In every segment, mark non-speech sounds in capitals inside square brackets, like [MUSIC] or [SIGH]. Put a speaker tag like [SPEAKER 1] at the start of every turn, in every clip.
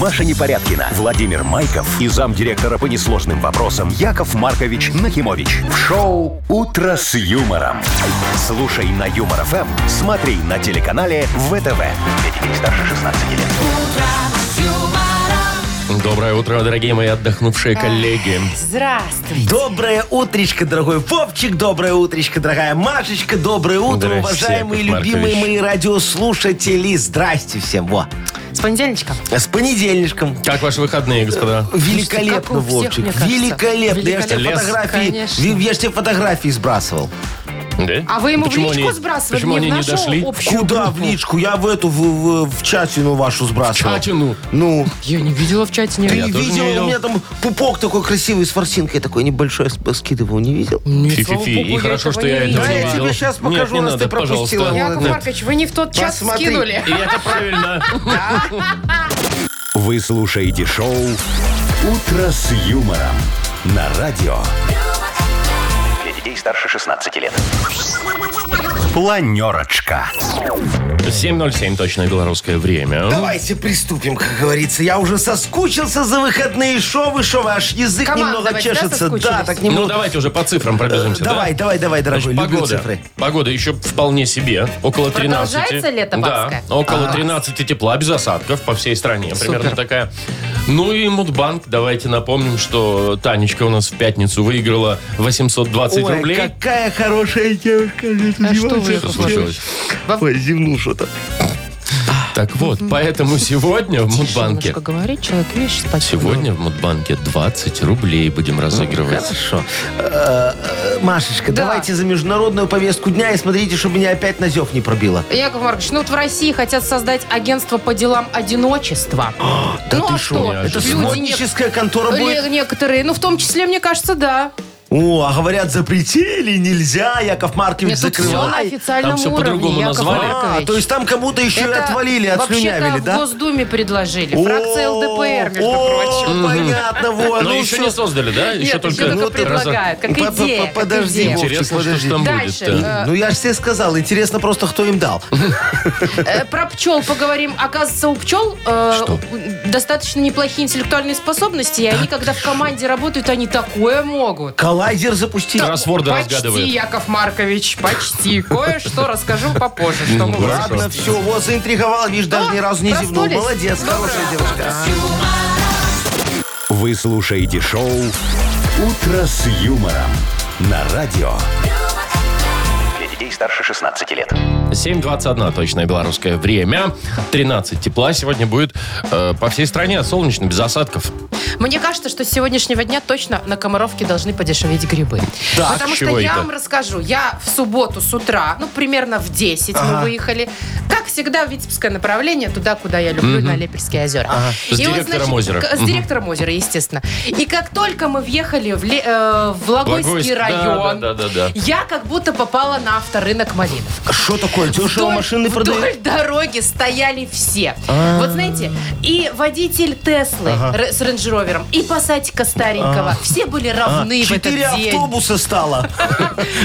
[SPEAKER 1] Маша Непорядкина, Владимир Майков и замдиректора по несложным вопросам Яков Маркович Нахимович. В шоу «Утро с юмором». Слушай на Юмор ФМ, смотри на телеканале ВТВ. Для детей старше 16 лет.
[SPEAKER 2] Доброе утро, дорогие мои отдохнувшие коллеги.
[SPEAKER 3] Здравствуй.
[SPEAKER 4] Доброе утречко, дорогой Вовчик, доброе утречко, дорогая Машечка, доброе утро,
[SPEAKER 2] Здрасте,
[SPEAKER 4] уважаемые
[SPEAKER 2] Яков
[SPEAKER 4] любимые
[SPEAKER 2] Маркович.
[SPEAKER 4] мои радиослушатели. Здрасте всем. Во.
[SPEAKER 3] С понедельничка.
[SPEAKER 4] С понедельничком.
[SPEAKER 2] Как ваши выходные, господа?
[SPEAKER 3] как у
[SPEAKER 4] Великолепно,
[SPEAKER 3] всех,
[SPEAKER 4] Вовчик.
[SPEAKER 3] мне кажется.
[SPEAKER 4] Великолепно. Я же тебе
[SPEAKER 2] Великолепно.
[SPEAKER 4] фотографии,
[SPEAKER 3] Конечно.
[SPEAKER 4] я, ж тебе фотографии сбрасывал.
[SPEAKER 2] Да?
[SPEAKER 3] А вы ему
[SPEAKER 2] Почему
[SPEAKER 3] в личку
[SPEAKER 2] они-
[SPEAKER 3] сбрасывали?
[SPEAKER 2] Почему
[SPEAKER 3] не
[SPEAKER 2] они
[SPEAKER 3] в
[SPEAKER 2] не
[SPEAKER 3] нашу
[SPEAKER 2] дошли?
[SPEAKER 3] общую
[SPEAKER 4] Куда в
[SPEAKER 3] группу?
[SPEAKER 4] личку? Я в эту, в, в- в чатину вашу сбрасывал.
[SPEAKER 3] А,
[SPEAKER 2] Чатину.
[SPEAKER 4] Ну,
[SPEAKER 3] Я не видела в чате ни
[SPEAKER 4] ты
[SPEAKER 2] тоже не
[SPEAKER 4] видел,
[SPEAKER 2] видел.
[SPEAKER 4] у меня там пупок такой красивый с форсинкой такой небольшой сп- скидывал, не видел?
[SPEAKER 3] Нет, слава
[SPEAKER 2] Фи-фи-фи.
[SPEAKER 3] богу,
[SPEAKER 2] И
[SPEAKER 3] я
[SPEAKER 2] хорошо,
[SPEAKER 3] этого
[SPEAKER 2] что я
[SPEAKER 3] не
[SPEAKER 2] этого
[SPEAKER 4] Да,
[SPEAKER 2] не
[SPEAKER 4] я
[SPEAKER 3] видела.
[SPEAKER 4] тебе
[SPEAKER 2] видел.
[SPEAKER 4] щас покажу,
[SPEAKER 2] Нет, не
[SPEAKER 4] раз ты
[SPEAKER 2] надо,
[SPEAKER 4] пропустила.
[SPEAKER 2] пожалуйста.
[SPEAKER 3] Яков
[SPEAKER 4] Нет.
[SPEAKER 3] Маркович, вы не в тот час
[SPEAKER 4] Посмотри.
[SPEAKER 3] скинули.
[SPEAKER 2] И это правильно.
[SPEAKER 1] Вы слушаете шоу «Утро с юмором» на радио. Для детей старше 16 лет. Планерочка.
[SPEAKER 2] 7.07 точное белорусское время.
[SPEAKER 4] Давайте приступим, как говорится. Я уже соскучился за выходные шовы, шовы, аж язык
[SPEAKER 3] Команда,
[SPEAKER 4] немного
[SPEAKER 3] давайте, да,
[SPEAKER 4] чешется.
[SPEAKER 3] соскучились?
[SPEAKER 4] Да, так
[SPEAKER 2] Ну,
[SPEAKER 4] немного.
[SPEAKER 2] давайте уже по цифрам пробежимся, Ну, да?
[SPEAKER 4] давай, давай, давай, дорогой,
[SPEAKER 2] Значит,
[SPEAKER 4] люблю
[SPEAKER 2] погода.
[SPEAKER 4] цифры.
[SPEAKER 2] Погода еще вполне себе. Около 13.
[SPEAKER 3] Продолжается лето
[SPEAKER 2] Да,
[SPEAKER 3] бабское?
[SPEAKER 4] А.
[SPEAKER 2] около 13 тепла, без осадков по всей стране. Примерно
[SPEAKER 3] Супер.
[SPEAKER 2] такая. Ну и Мудбанк, давайте напомним, что Танечка у нас в пятницу выиграла 820
[SPEAKER 4] Ой,
[SPEAKER 2] рублей.
[SPEAKER 4] какая хорошая девушка.
[SPEAKER 3] А что вы,
[SPEAKER 2] Что случилось?
[SPEAKER 4] Ой, зевнул что-то.
[SPEAKER 2] Так вот, поэтому сегодня в Мудбанке...
[SPEAKER 3] Немножко говорит, человек, видишь, спать.
[SPEAKER 2] Сегодня в Мудбанке 20 рублей будем разыгрывать.
[SPEAKER 4] Хорошо. Э, э, Машечка,
[SPEAKER 3] Да.
[SPEAKER 4] давайте за международную повестку дня и смотрите, чтобы меня опять на зев не пробило.
[SPEAKER 3] Яков Маркович, ну вот в России хотят создать агентство по делам одиночества.
[SPEAKER 4] Да
[SPEAKER 3] ну
[SPEAKER 4] ты
[SPEAKER 3] а
[SPEAKER 4] шо?
[SPEAKER 3] что?
[SPEAKER 4] Это
[SPEAKER 3] Люди не-
[SPEAKER 4] субботническая контора будет?
[SPEAKER 3] Ле- Некоторые, ну в том числе, мне кажется, да.
[SPEAKER 4] О, а говорят, запретили, нельзя, Яков Маркович,
[SPEAKER 3] Нет, тут все на
[SPEAKER 4] закрывай.
[SPEAKER 3] официальном
[SPEAKER 2] Там всё
[SPEAKER 3] уровне,
[SPEAKER 2] по-другому
[SPEAKER 3] Яков
[SPEAKER 2] назвали.
[SPEAKER 4] А,
[SPEAKER 3] Маркович.
[SPEAKER 4] то есть там кому-то еще и
[SPEAKER 3] Это
[SPEAKER 4] отвалили, отслюнявили,
[SPEAKER 3] вообще-то в
[SPEAKER 4] да?
[SPEAKER 3] Госдуме предложили. Фракция
[SPEAKER 4] О,
[SPEAKER 3] ЛДПР, между
[SPEAKER 4] о,
[SPEAKER 3] прочим.
[SPEAKER 4] [LAUGHS] понятно, вот.
[SPEAKER 2] Но
[SPEAKER 4] ну
[SPEAKER 2] еще
[SPEAKER 4] всё.
[SPEAKER 2] не создали, да?
[SPEAKER 3] Нет,
[SPEAKER 2] Еще
[SPEAKER 3] еще
[SPEAKER 2] только...
[SPEAKER 3] только
[SPEAKER 4] ну,
[SPEAKER 2] разо-
[SPEAKER 3] предлагают. Как
[SPEAKER 4] По- по-
[SPEAKER 3] идея. как
[SPEAKER 4] подожди,
[SPEAKER 3] идея.
[SPEAKER 4] Вов.
[SPEAKER 2] Интересно,
[SPEAKER 4] Вовчик,
[SPEAKER 2] что ж там будет.
[SPEAKER 3] Дальше.
[SPEAKER 2] да.
[SPEAKER 4] Ну я же все сказал, интересно просто, кто им дал.
[SPEAKER 3] Э, Про пчел поговорим. Оказывается, у пчел э,
[SPEAKER 2] Что?
[SPEAKER 3] достаточно неплохие интеллектуальные способности, и они, когда в команде работают, они такое могут.
[SPEAKER 4] Коллайдер запустили.
[SPEAKER 2] Кроссворды
[SPEAKER 3] Почти,
[SPEAKER 2] разгадывает.
[SPEAKER 3] Яков Маркович, почти. Кое-что расскажу попозже, что мы
[SPEAKER 2] Ладно,
[SPEAKER 3] можем
[SPEAKER 4] Ладно,
[SPEAKER 3] сделать.
[SPEAKER 4] все, вот заинтриговал, видишь, даже ни разу не зевнул.
[SPEAKER 3] проснулись?
[SPEAKER 4] Молодец, хорошая девушка.
[SPEAKER 1] Вы слушаете шоу «Утро с юмором» на радио. Для детей старше 16 лет.
[SPEAKER 2] 7.21 точное белорусское время. 13 тепла сегодня будет э, по всей стране. Солнечно, без осадков.
[SPEAKER 3] Мне кажется, что с сегодняшнего дня точно на Комаровке должны подешеветь грибы.
[SPEAKER 2] Так,
[SPEAKER 3] Потому
[SPEAKER 2] чего
[SPEAKER 3] что я
[SPEAKER 2] это?
[SPEAKER 3] вам расскажу. Я в субботу с утра, ну, примерно в 10 мы выехали. Как всегда, в Витебское направление, туда, куда я люблю, на Лепельские озера.
[SPEAKER 2] С директором озера.
[SPEAKER 3] к- С
[SPEAKER 2] Мгм.
[SPEAKER 3] директором озера, естественно. И как только мы въехали в, Ле- э, в Благойский
[SPEAKER 2] Благойск, да,
[SPEAKER 3] район,
[SPEAKER 2] да, да, да, да.
[SPEAKER 3] я как будто попала на авторынок малинов.
[SPEAKER 4] Что такое, дешево
[SPEAKER 3] Вдоль-
[SPEAKER 4] а машины продают? А.
[SPEAKER 3] Вдоль дороги стояли все. Вот знаете, и водитель Теслы р- с рейндж-ровером, и пассатика старенького. Все были равны в этот
[SPEAKER 4] А. Четыре
[SPEAKER 3] день. [LAUGHS]
[SPEAKER 4] автобуса стало.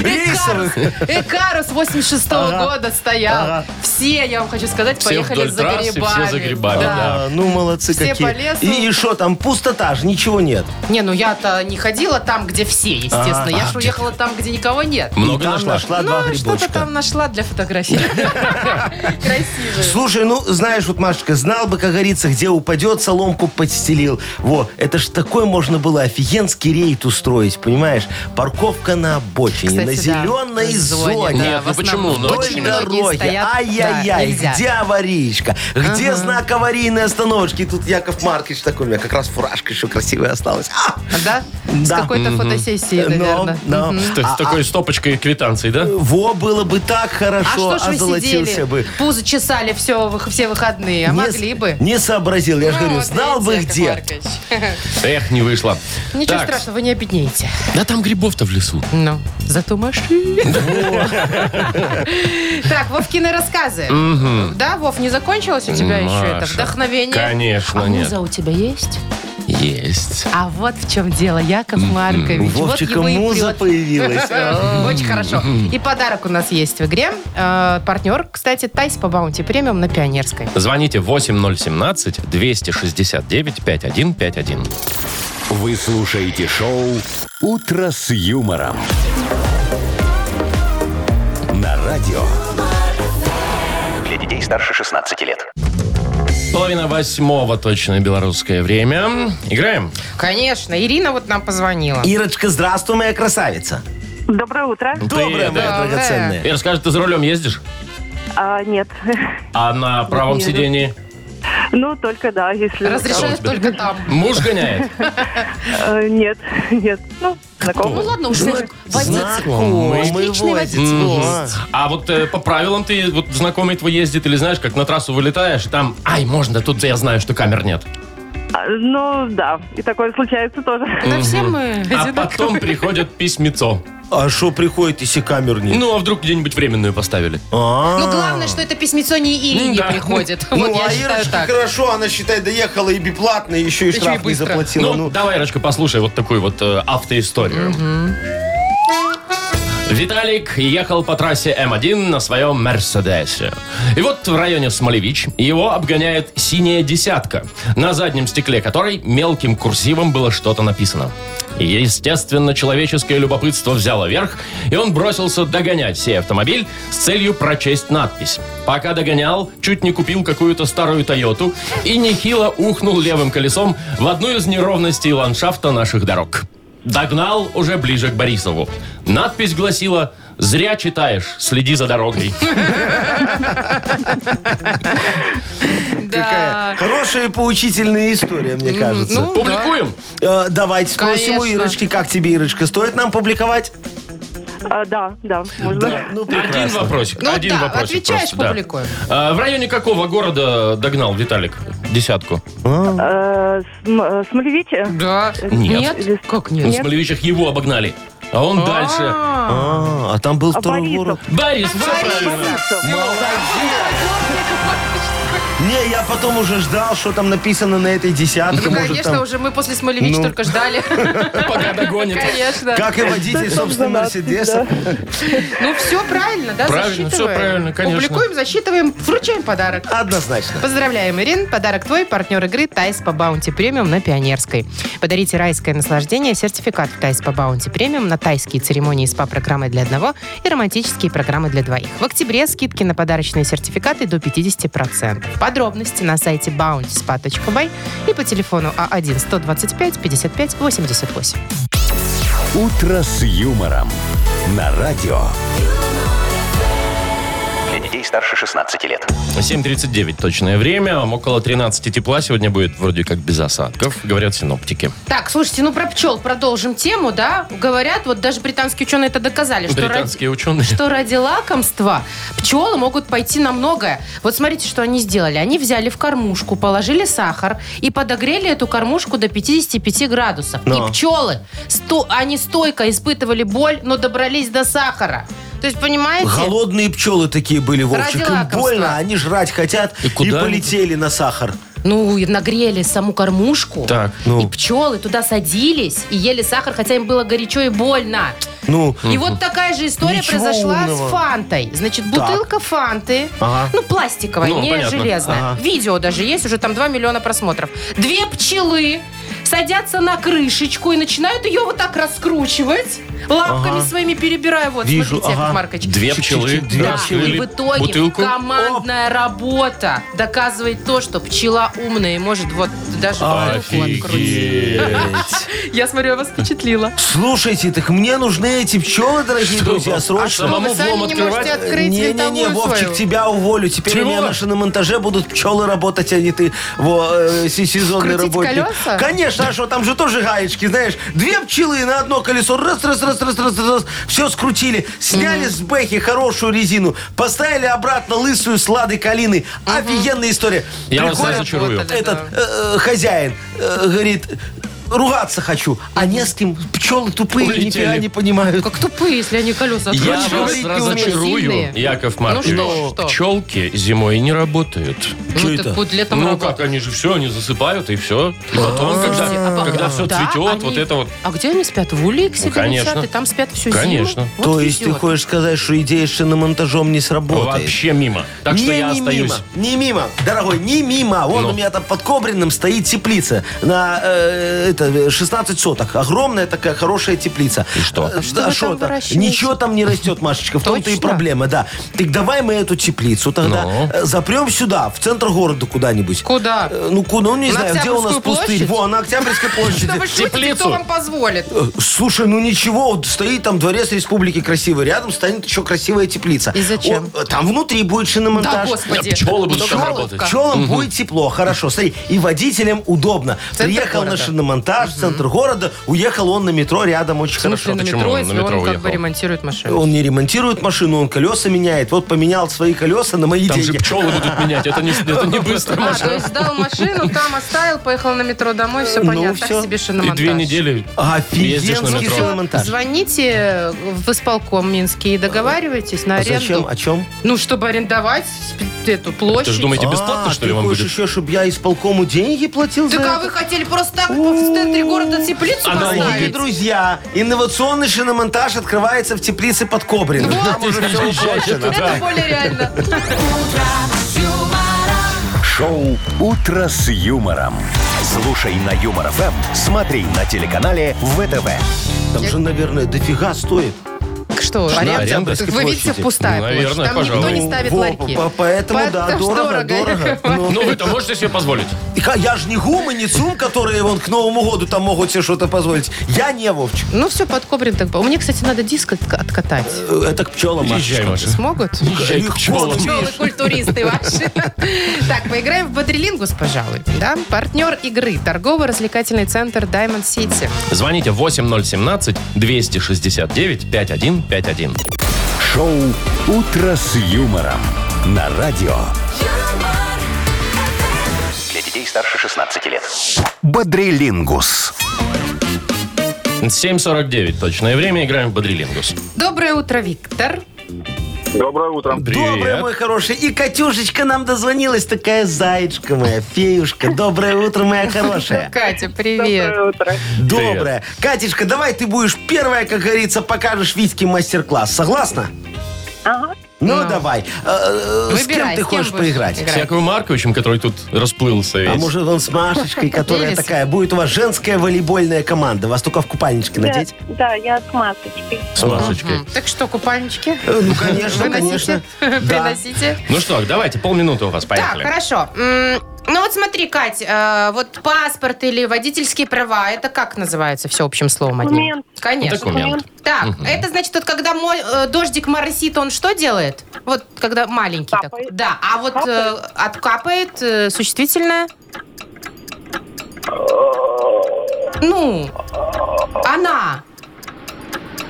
[SPEAKER 4] Рейсовых.
[SPEAKER 3] Экарус 86-го года стоял.
[SPEAKER 4] Ага.
[SPEAKER 3] Все, я вам хочу сказать,
[SPEAKER 2] Все
[SPEAKER 3] поехали
[SPEAKER 2] вдоль
[SPEAKER 3] за
[SPEAKER 2] трассы, все
[SPEAKER 3] грибами.
[SPEAKER 2] за грибами, да.
[SPEAKER 4] А, Ну, молодцы
[SPEAKER 3] Все
[SPEAKER 4] какие.
[SPEAKER 3] по лесу.
[SPEAKER 4] И что там, пустота же, ничего нет.
[SPEAKER 3] Не, ну я-то не ходила там, где все, естественно. Я же уехала там, где никого нет.
[SPEAKER 2] Много
[SPEAKER 4] И там
[SPEAKER 2] нашла?
[SPEAKER 4] нашла два
[SPEAKER 3] Ну, что-то
[SPEAKER 4] грибочка.
[SPEAKER 3] там нашла
[SPEAKER 2] [LAUGHS]
[SPEAKER 3] для фотографии. Красивые.
[SPEAKER 4] Слушай, ну, знаешь, вот, Машечка, знал бы, как говорится, где упадет, соломку подстелил. Во, это ж такой можно было офигенский рейд устроить, понимаешь? Парковка на обочине,
[SPEAKER 3] Кстати,
[SPEAKER 4] на
[SPEAKER 3] да,
[SPEAKER 4] зеленой
[SPEAKER 3] на
[SPEAKER 4] зоне.
[SPEAKER 3] зоне,
[SPEAKER 2] Нет,
[SPEAKER 3] Да,
[SPEAKER 2] ну
[SPEAKER 3] в
[SPEAKER 2] почему?
[SPEAKER 3] основном
[SPEAKER 2] Ну,
[SPEAKER 3] очень
[SPEAKER 4] Вдоль
[SPEAKER 2] очень
[SPEAKER 3] многие
[SPEAKER 4] дороги.
[SPEAKER 3] стоят. Да,
[SPEAKER 4] Ай-яй-яй,
[SPEAKER 3] нельзя.
[SPEAKER 4] где аварийка? Где знак аварийной остановочки? Тут Яков Маркович такой, у меня как раз фуражка еще красивая осталась. А!
[SPEAKER 3] Да? С
[SPEAKER 4] Да. Ну,
[SPEAKER 3] какой-то фотосессии,
[SPEAKER 4] Но,
[SPEAKER 3] наверное.
[SPEAKER 4] но.
[SPEAKER 3] Мгм.
[SPEAKER 2] С, с такой стопочкой квитанций, да?
[SPEAKER 4] А, Во, было бы так
[SPEAKER 3] А что
[SPEAKER 4] хорошо,
[SPEAKER 3] ж вы сидели,
[SPEAKER 4] озолотился бы.
[SPEAKER 3] пузо чесали все, вых- все выходные? А
[SPEAKER 4] Не с-
[SPEAKER 3] могли бы.
[SPEAKER 4] Не сообразил, я же
[SPEAKER 3] Ну,
[SPEAKER 4] говорю,
[SPEAKER 3] вот
[SPEAKER 4] знал бы
[SPEAKER 3] видите,
[SPEAKER 4] где.
[SPEAKER 3] Яков Маркович.
[SPEAKER 2] Эх, не вышло.
[SPEAKER 3] Ничего
[SPEAKER 2] Так,
[SPEAKER 3] страшного, вы не обеднеете.
[SPEAKER 2] Да там грибов-то в лесу.
[SPEAKER 3] Ну, зато машина. Так, Вовкины рассказы. Да, Вов, не закончилось у тебя еще это
[SPEAKER 2] Маша,
[SPEAKER 3] вдохновение?
[SPEAKER 2] конечно,
[SPEAKER 3] А
[SPEAKER 2] нет.
[SPEAKER 3] муза у тебя есть?
[SPEAKER 2] Есть.
[SPEAKER 3] А вот в чем дело, Яков
[SPEAKER 4] У
[SPEAKER 3] Маркович. Вот
[SPEAKER 4] Вовчика
[SPEAKER 3] его и
[SPEAKER 4] муза
[SPEAKER 3] прет. [LAUGHS]
[SPEAKER 4] появилась.
[SPEAKER 3] Очень хорошо. И подарок у нас есть в игре. Э, Партнер, кстати, Тайс по баунти премиум на Пионерской.
[SPEAKER 2] Звоните 8017-269-5151.
[SPEAKER 1] Вы слушаете шоу «Утро с юмором». На радио. Для детей старше 16 лет.
[SPEAKER 2] Половина восьмого точное белорусское время. Играем?
[SPEAKER 3] Конечно, Ирина вот нам позвонила.
[SPEAKER 4] Ирочка, здравствуй, моя красавица.
[SPEAKER 5] Доброе утро.
[SPEAKER 4] Доброе,
[SPEAKER 2] Привет,
[SPEAKER 3] Доброе.
[SPEAKER 4] моя
[SPEAKER 3] Э,
[SPEAKER 4] драгоценная.
[SPEAKER 2] Ир, скажи, ты за рулем ездишь?
[SPEAKER 5] А, нет. [LAUGHS]
[SPEAKER 2] А на правом
[SPEAKER 5] еду.
[SPEAKER 2] сидении?
[SPEAKER 5] Ну, только да, если...
[SPEAKER 3] Разрешают только там.
[SPEAKER 2] Муж гоняет?
[SPEAKER 5] Э, Нет, нет. Ну,
[SPEAKER 3] Ну
[SPEAKER 5] знакомый.
[SPEAKER 3] ладно, уж знаешь, водитель.
[SPEAKER 4] Знакомый
[SPEAKER 3] Отличный
[SPEAKER 4] водитель.
[SPEAKER 3] водитель
[SPEAKER 2] Мгм.
[SPEAKER 3] есть.
[SPEAKER 2] А вот э, по правилам ты, вот знакомый твой ездит, или знаешь, как на трассу вылетаешь, и там, ай, можно, тут я знаю, что камер нет.
[SPEAKER 5] А, Ну, да, и такое случается тоже.
[SPEAKER 3] Да все мы
[SPEAKER 2] А потом приходит письмецо.
[SPEAKER 4] А что приходит, если камер нет?
[SPEAKER 2] Ну, а вдруг где-нибудь временную поставили?
[SPEAKER 4] А.
[SPEAKER 3] Ну, главное, что это письмецо не Ирине
[SPEAKER 2] Да.
[SPEAKER 3] приходит. Вот
[SPEAKER 4] Ну,
[SPEAKER 3] я
[SPEAKER 4] а
[SPEAKER 3] считаю
[SPEAKER 4] Ирочка
[SPEAKER 3] так.
[SPEAKER 4] хорошо, она, считай, доехала и бесплатно, еще и
[SPEAKER 3] Еще и
[SPEAKER 4] штраф не
[SPEAKER 3] быстро.
[SPEAKER 4] заплатила.
[SPEAKER 2] Ну,
[SPEAKER 4] Ну,
[SPEAKER 2] давай, Ирочка, послушай вот такую вот э, автоисторию. Виталик ехал по трассе М1 на своем Мерседесе. И вот в районе Смолевич его обгоняет синяя десятка, на заднем стекле которой мелким курсивом было что-то написано. Естественно, человеческое любопытство взяло верх, и он бросился догонять сей автомобиль с целью прочесть надпись. Пока догонял, чуть не купил какую-то старую Тойоту и нехило ухнул левым колесом в одну из неровностей ландшафта наших дорог. Догнал уже ближе к Борисову. Надпись гласила «Зря читаешь, следи за дорогой».
[SPEAKER 3] Да.
[SPEAKER 4] такая хорошая и поучительная история, мне кажется.
[SPEAKER 3] ну,
[SPEAKER 2] Публикуем?
[SPEAKER 4] Э, давайте спросим у
[SPEAKER 3] Конечно.
[SPEAKER 4] Ирочки, как тебе, Ирочка, стоит нам публиковать?
[SPEAKER 5] [LAUGHS] А, Да, да, можно.
[SPEAKER 4] ну,
[SPEAKER 2] Один
[SPEAKER 4] прекрасно.
[SPEAKER 2] вопросик.
[SPEAKER 3] Ну
[SPEAKER 2] один
[SPEAKER 3] да,
[SPEAKER 2] вопросик
[SPEAKER 3] отвечаешь,
[SPEAKER 2] просто, да.
[SPEAKER 3] публикуем.
[SPEAKER 2] А в районе какого города догнал Виталик десятку?
[SPEAKER 5] Э, См- э, Смолевич?
[SPEAKER 3] Да.
[SPEAKER 2] Нет.
[SPEAKER 3] Нет? Как
[SPEAKER 2] Ну, В
[SPEAKER 3] нет?
[SPEAKER 2] Смолевичах его обогнали. А он дальше.
[SPEAKER 3] А,
[SPEAKER 4] А, а там был второй
[SPEAKER 5] Борисов.
[SPEAKER 4] город.
[SPEAKER 2] Борис, все правильно.
[SPEAKER 5] Борисов.
[SPEAKER 4] Не, я потом уже ждал, что там написано на этой десятке.
[SPEAKER 3] Ну,
[SPEAKER 4] может,
[SPEAKER 3] конечно,
[SPEAKER 4] там-
[SPEAKER 3] уже мы после Смолевича
[SPEAKER 4] Ну.
[SPEAKER 3] только
[SPEAKER 4] [LAUGHS]
[SPEAKER 3] ждали.
[SPEAKER 2] Пока догонит.
[SPEAKER 3] Конечно.
[SPEAKER 4] Как и водитель, собственно, Мерседеса.
[SPEAKER 3] Ну, все правильно, да?
[SPEAKER 2] Правильно, всё
[SPEAKER 3] засчитываем.
[SPEAKER 2] правильно, конечно.
[SPEAKER 3] Публикуем, засчитываем, вручаем подарок.
[SPEAKER 4] Однозначно.
[SPEAKER 3] Поздравляем, Ирин. Подарок твой, партнер игры Тайс по Баунти Премиум на Пионерской. Подарите райское наслаждение, сертификат в Тайс по Баунти Премиум на тайские церемонии СПА-программы для одного и романтические программы для двоих. В октябре скидки на подарочные сертификаты до 50%. Подробности на сайте bountyspa.by и по телефону а А1-125-55-88.
[SPEAKER 1] «Утро с юмором». На радио.
[SPEAKER 6] Для детей старше 16 лет.
[SPEAKER 2] 7.39 точное время. Около 13 тепла сегодня будет вроде как без осадков, говорят синоптики.
[SPEAKER 3] Так, слушайте, ну про пчел продолжим тему, да? Говорят, вот даже британские ученые это доказали, что ради-
[SPEAKER 2] Британские ученые.
[SPEAKER 3] что ради лакомства пчелы могут пойти на многое. Вот смотрите, что они сделали. Они взяли в кормушку, положили сахар и подогрели эту кормушку до 55 градусов.
[SPEAKER 4] Но.
[SPEAKER 3] И пчелы, сто- они стойко испытывали боль, но добрались до сахара. То есть, понимаете?
[SPEAKER 4] Голодные пчелы такие были, Вовчик. Им
[SPEAKER 3] лакомства.
[SPEAKER 4] больно, они жрать хотят
[SPEAKER 2] И
[SPEAKER 4] и,
[SPEAKER 2] куда они?
[SPEAKER 4] полетели на сахар.
[SPEAKER 3] Ну, и нагрели саму кормушку.
[SPEAKER 2] Так,
[SPEAKER 4] ну.
[SPEAKER 3] И пчелы туда садились и ели сахар, хотя им было горячо и больно.
[SPEAKER 4] Ну,
[SPEAKER 3] И вот такая же история
[SPEAKER 4] Ничего
[SPEAKER 3] произошла
[SPEAKER 4] умного.
[SPEAKER 3] с фантой. Значит, бутылка фанты,
[SPEAKER 4] Ага.
[SPEAKER 3] ну, пластиковая,
[SPEAKER 2] Ну,
[SPEAKER 3] не
[SPEAKER 2] понятно.
[SPEAKER 3] железная.
[SPEAKER 4] Ага.
[SPEAKER 3] Видео даже есть, уже там 2 миллиона просмотров. Две пчелы садятся на крышечку и начинают ее вот так раскручивать, лапками
[SPEAKER 4] Ага.
[SPEAKER 3] своими перебирая. Вот,
[SPEAKER 4] Вижу,
[SPEAKER 3] смотрите, Яков
[SPEAKER 4] ага.
[SPEAKER 3] Маркович.
[SPEAKER 2] Две пчелы.
[SPEAKER 4] Чик-чик-чик, две
[SPEAKER 3] Да,
[SPEAKER 2] раскрыли
[SPEAKER 3] и в итоге
[SPEAKER 2] бутылку.
[SPEAKER 3] командная работа доказывает то, что пчела умная и может вот даже бутылку открутить.
[SPEAKER 2] Офигеть.
[SPEAKER 3] Я смотрю, я вас впечатлила.
[SPEAKER 4] слушайте, так мне нужны эти пчелы, дорогие друзья,
[SPEAKER 2] А
[SPEAKER 4] срочно.
[SPEAKER 2] самому
[SPEAKER 3] Вы сами
[SPEAKER 2] влом
[SPEAKER 3] не
[SPEAKER 2] открывать?
[SPEAKER 3] можете открыть
[SPEAKER 4] Не-не-не,
[SPEAKER 3] винтовую
[SPEAKER 4] Вовчик,
[SPEAKER 3] свою.
[SPEAKER 4] тебя уволю. Теперь
[SPEAKER 2] Чего?
[SPEAKER 4] у меня на шиномонтаже будут пчелы работать, а не ты, во, э, си- сезонный
[SPEAKER 3] Крутить
[SPEAKER 4] работник.
[SPEAKER 3] колеса?
[SPEAKER 4] Конечно, а что, там же тоже гаечки, знаешь. Две пчелы и на одно колесо. Раз, раз, раз, раз, раз, раз. Все скрутили. Сняли с бэхи хорошую резину. Поставили обратно лысую с лады калины. Офигенная история.
[SPEAKER 2] Я вас
[SPEAKER 4] Приходят
[SPEAKER 2] разочарую.
[SPEAKER 3] Вот это
[SPEAKER 4] этот э, э, хозяин э, говорит, ругаться хочу, а не с кем. Пчелы тупые,
[SPEAKER 2] Улетели.
[SPEAKER 4] нифига не понимают.
[SPEAKER 3] Как тупые, если они колеса
[SPEAKER 2] Я
[SPEAKER 4] Очень
[SPEAKER 3] откручивают.
[SPEAKER 2] вас
[SPEAKER 4] говорить не умею.
[SPEAKER 2] разочарую,
[SPEAKER 3] Сильные.
[SPEAKER 2] Яков
[SPEAKER 3] Ну
[SPEAKER 2] Маркович.
[SPEAKER 3] что, что?
[SPEAKER 2] Пчелки зимой не работают.
[SPEAKER 4] Чё
[SPEAKER 3] Ну,
[SPEAKER 4] это?
[SPEAKER 3] так вот летом
[SPEAKER 2] ну
[SPEAKER 3] работают.
[SPEAKER 2] как, они же все, они засыпают и все. И потом,
[SPEAKER 3] Слушайте, а
[SPEAKER 2] когда,
[SPEAKER 3] по-
[SPEAKER 2] когда все
[SPEAKER 3] да,
[SPEAKER 2] цветет,
[SPEAKER 3] они-
[SPEAKER 2] вот это вот. Ну,
[SPEAKER 3] А где они спят? В улей к себе
[SPEAKER 2] конечно.
[SPEAKER 3] летят, и там спят всю
[SPEAKER 2] Конечно.
[SPEAKER 3] зиму? Вот
[SPEAKER 4] То есть ты
[SPEAKER 3] везет.
[SPEAKER 4] хочешь сказать, что идея с шиномонтажом не сработает?
[SPEAKER 2] Вообще мимо. Так что
[SPEAKER 4] Не,
[SPEAKER 2] я
[SPEAKER 4] не
[SPEAKER 2] остаюсь.
[SPEAKER 4] Мимо, не мимо, дорогой, не мимо. Вон
[SPEAKER 2] Ну.
[SPEAKER 4] у меня там под Кобриным стоит теплица на э, это, 16 соток. Огромная такая хорошая теплица. И
[SPEAKER 2] что?
[SPEAKER 4] А
[SPEAKER 3] что вы там
[SPEAKER 4] что там?
[SPEAKER 3] выращиваете?
[SPEAKER 4] Ничего там не растет, Машечка. В том-то и
[SPEAKER 3] Точно?
[SPEAKER 4] проблема, да. Так давай мы эту теплицу тогда
[SPEAKER 2] Ну.
[SPEAKER 4] э, запрем сюда, в центр города куда-нибудь.
[SPEAKER 3] Куда?
[SPEAKER 4] Э, Ну, ку- ну, не
[SPEAKER 3] На
[SPEAKER 4] знаю, где у нас
[SPEAKER 3] Октябрьскую
[SPEAKER 4] пустырь.
[SPEAKER 3] площадь?
[SPEAKER 4] Во, на Октябрьской
[SPEAKER 3] Да [LAUGHS]
[SPEAKER 4] площади.
[SPEAKER 3] вы
[SPEAKER 2] Типа
[SPEAKER 3] шутите,
[SPEAKER 2] Теплицу.
[SPEAKER 3] кто вам позволит?
[SPEAKER 4] Э, Слушай, ну ничего, вот стоит там дворец республики красивый, рядом станет еще красивая теплица.
[SPEAKER 3] И зачем?
[SPEAKER 4] О, э, там внутри будет
[SPEAKER 3] Да,
[SPEAKER 4] шиномонтаж.
[SPEAKER 3] господи. Ну,
[SPEAKER 2] Пчелы будут там
[SPEAKER 3] Пчелы?
[SPEAKER 2] работать.
[SPEAKER 3] Как?
[SPEAKER 4] Пчелам будет тепло, хорошо. Смотри, и водителям удобно.
[SPEAKER 3] Центр
[SPEAKER 4] Приехал на
[SPEAKER 3] города.
[SPEAKER 4] шиномонтаж, в центр города, уехал он на метро рядом очень
[SPEAKER 3] В смысле,
[SPEAKER 4] хорошо.
[SPEAKER 3] на
[SPEAKER 2] Почему
[SPEAKER 3] метро,
[SPEAKER 2] он
[SPEAKER 3] если
[SPEAKER 2] на метро
[SPEAKER 3] он как
[SPEAKER 2] уехал?
[SPEAKER 3] бы ремонтирует машину?
[SPEAKER 4] Он не ремонтирует машину, он колеса меняет. Вот поменял свои колеса на мои
[SPEAKER 2] Там же
[SPEAKER 4] деньги.
[SPEAKER 2] пчелы будут менять.
[SPEAKER 3] [LAUGHS]
[SPEAKER 2] Это не, это не быстро
[SPEAKER 3] А, то
[SPEAKER 2] можно.
[SPEAKER 3] есть сдал машину, там оставил, поехал на метро домой, все
[SPEAKER 4] Ну,
[SPEAKER 3] понятно.
[SPEAKER 4] всё.
[SPEAKER 3] Так себе
[SPEAKER 2] И
[SPEAKER 3] шиномонтаж.
[SPEAKER 2] две недели
[SPEAKER 3] А.
[SPEAKER 2] ездишь на
[SPEAKER 4] Офигенский
[SPEAKER 2] метро.
[SPEAKER 4] шиномонтаж.
[SPEAKER 3] Звоните в исполком Минский и договаривайтесь на
[SPEAKER 4] А
[SPEAKER 3] аренду.
[SPEAKER 4] зачем? О чем?
[SPEAKER 3] Ну, чтобы арендовать сп- эту площадь.
[SPEAKER 2] Ты же думаете, бесплатно,
[SPEAKER 4] А,
[SPEAKER 2] что ли,
[SPEAKER 4] ты
[SPEAKER 2] вам
[SPEAKER 4] хочешь
[SPEAKER 2] будет?
[SPEAKER 4] еще, чтобы я исполкому деньги платил за
[SPEAKER 3] Так а
[SPEAKER 4] это?
[SPEAKER 3] вы хотели просто так в центре города теплицу
[SPEAKER 2] Она
[SPEAKER 4] Дорогие
[SPEAKER 3] поставить?
[SPEAKER 4] друзья, инновационный шиномонтаж открывается в теплице под Кобриным. Там уже все уплачено.
[SPEAKER 3] Это более реально.
[SPEAKER 1] Шоу «Утро с юмором». Слушай на Юмор ФМ, смотри на телеканале ВТВ.
[SPEAKER 4] Там же, наверное, дофига стоит.
[SPEAKER 3] Что, аренда?
[SPEAKER 2] аренда?
[SPEAKER 3] Вы видите, пустая
[SPEAKER 2] Ну, наверное,
[SPEAKER 3] площадь. Там
[SPEAKER 2] пожалуй.
[SPEAKER 3] никто не ставит
[SPEAKER 4] Во,
[SPEAKER 3] ларьки.
[SPEAKER 4] по- Поэтому,
[SPEAKER 3] [LAUGHS]
[SPEAKER 4] да,
[SPEAKER 3] Потому что
[SPEAKER 4] дорого, дорого.
[SPEAKER 3] Яков
[SPEAKER 4] Ну,
[SPEAKER 2] Ну, вы-то можете себе позволить?
[SPEAKER 4] и ка- Я же не гум и не цум, которые вон к Новому году там могут себе что-то позволить. Я не Вовчик.
[SPEAKER 3] Ну, все под Кобрин так. было. Мне, кстати, надо диск отк- откатать.
[SPEAKER 4] Э, Это к пчелам.
[SPEAKER 2] Езжай, Маша.
[SPEAKER 3] Смогут?
[SPEAKER 2] Езжай к
[SPEAKER 4] Легко,
[SPEAKER 2] пчелам.
[SPEAKER 4] ты
[SPEAKER 3] Пчелы,
[SPEAKER 4] видишь.
[SPEAKER 3] культуристы ваши. Так, поиграем в Бодрилингус, пожалуй. Да? Партнер игры. Торгово-развлекательный центр Diamond City.
[SPEAKER 2] Звоните 8017-269-5151.
[SPEAKER 1] Шоу «Утро с юмором» на радио
[SPEAKER 7] юмор,
[SPEAKER 6] Для детей старше 16 лет.
[SPEAKER 1] «Бодрилингус».
[SPEAKER 2] 7.49 точное время. Играем в Бодрилингус.
[SPEAKER 3] Доброе утро, Виктор.
[SPEAKER 8] Доброе утро.
[SPEAKER 4] Доброе, мой хороший. И Катюшечка нам дозвонилась, такая зайчка моя, феюшка. Доброе утро, моя хорошая.
[SPEAKER 3] Катя, привет.
[SPEAKER 5] Доброе утро.
[SPEAKER 4] Доброе. Катечка, давай ты будешь первая, как говорится, покажешь Витьке мастер-класс. Согласна?
[SPEAKER 5] Ага.
[SPEAKER 4] Ну, давай. Э, э, С
[SPEAKER 3] Выбирай,
[SPEAKER 4] кем ты
[SPEAKER 3] с кем
[SPEAKER 4] хочешь
[SPEAKER 3] будешь
[SPEAKER 4] поиграть?
[SPEAKER 2] С Яковым Марковичем, который тут расплылся весь.
[SPEAKER 4] А может, он с Машечкой, которая
[SPEAKER 3] Или с-
[SPEAKER 4] такая, будет у вас женская волейбольная команда. Вас только в купальничке надеть?
[SPEAKER 5] Да, да, я с масочкой.
[SPEAKER 2] С Машечкой.
[SPEAKER 3] Мгм. Так что, купальнички?
[SPEAKER 4] Э, Ну,
[SPEAKER 3] Выносите, [LAUGHS]
[SPEAKER 4] конечно, конечно. Да.
[SPEAKER 3] приносите.
[SPEAKER 2] Ну что, давайте, полминуты у вас,
[SPEAKER 3] Так,
[SPEAKER 2] поехали.
[SPEAKER 3] хорошо. М, Ну вот смотри, Кать, э, вот паспорт или водительские права, это как называется все общим словом одним?
[SPEAKER 5] Документ.
[SPEAKER 3] Конечно.
[SPEAKER 2] Документ.
[SPEAKER 3] Так, это значит, вот когда мо- э, дождик моросит, он что делает? Вот когда маленький такой.
[SPEAKER 5] Капает.
[SPEAKER 3] Да, а вот э, откапает э, существительное? Ну, она.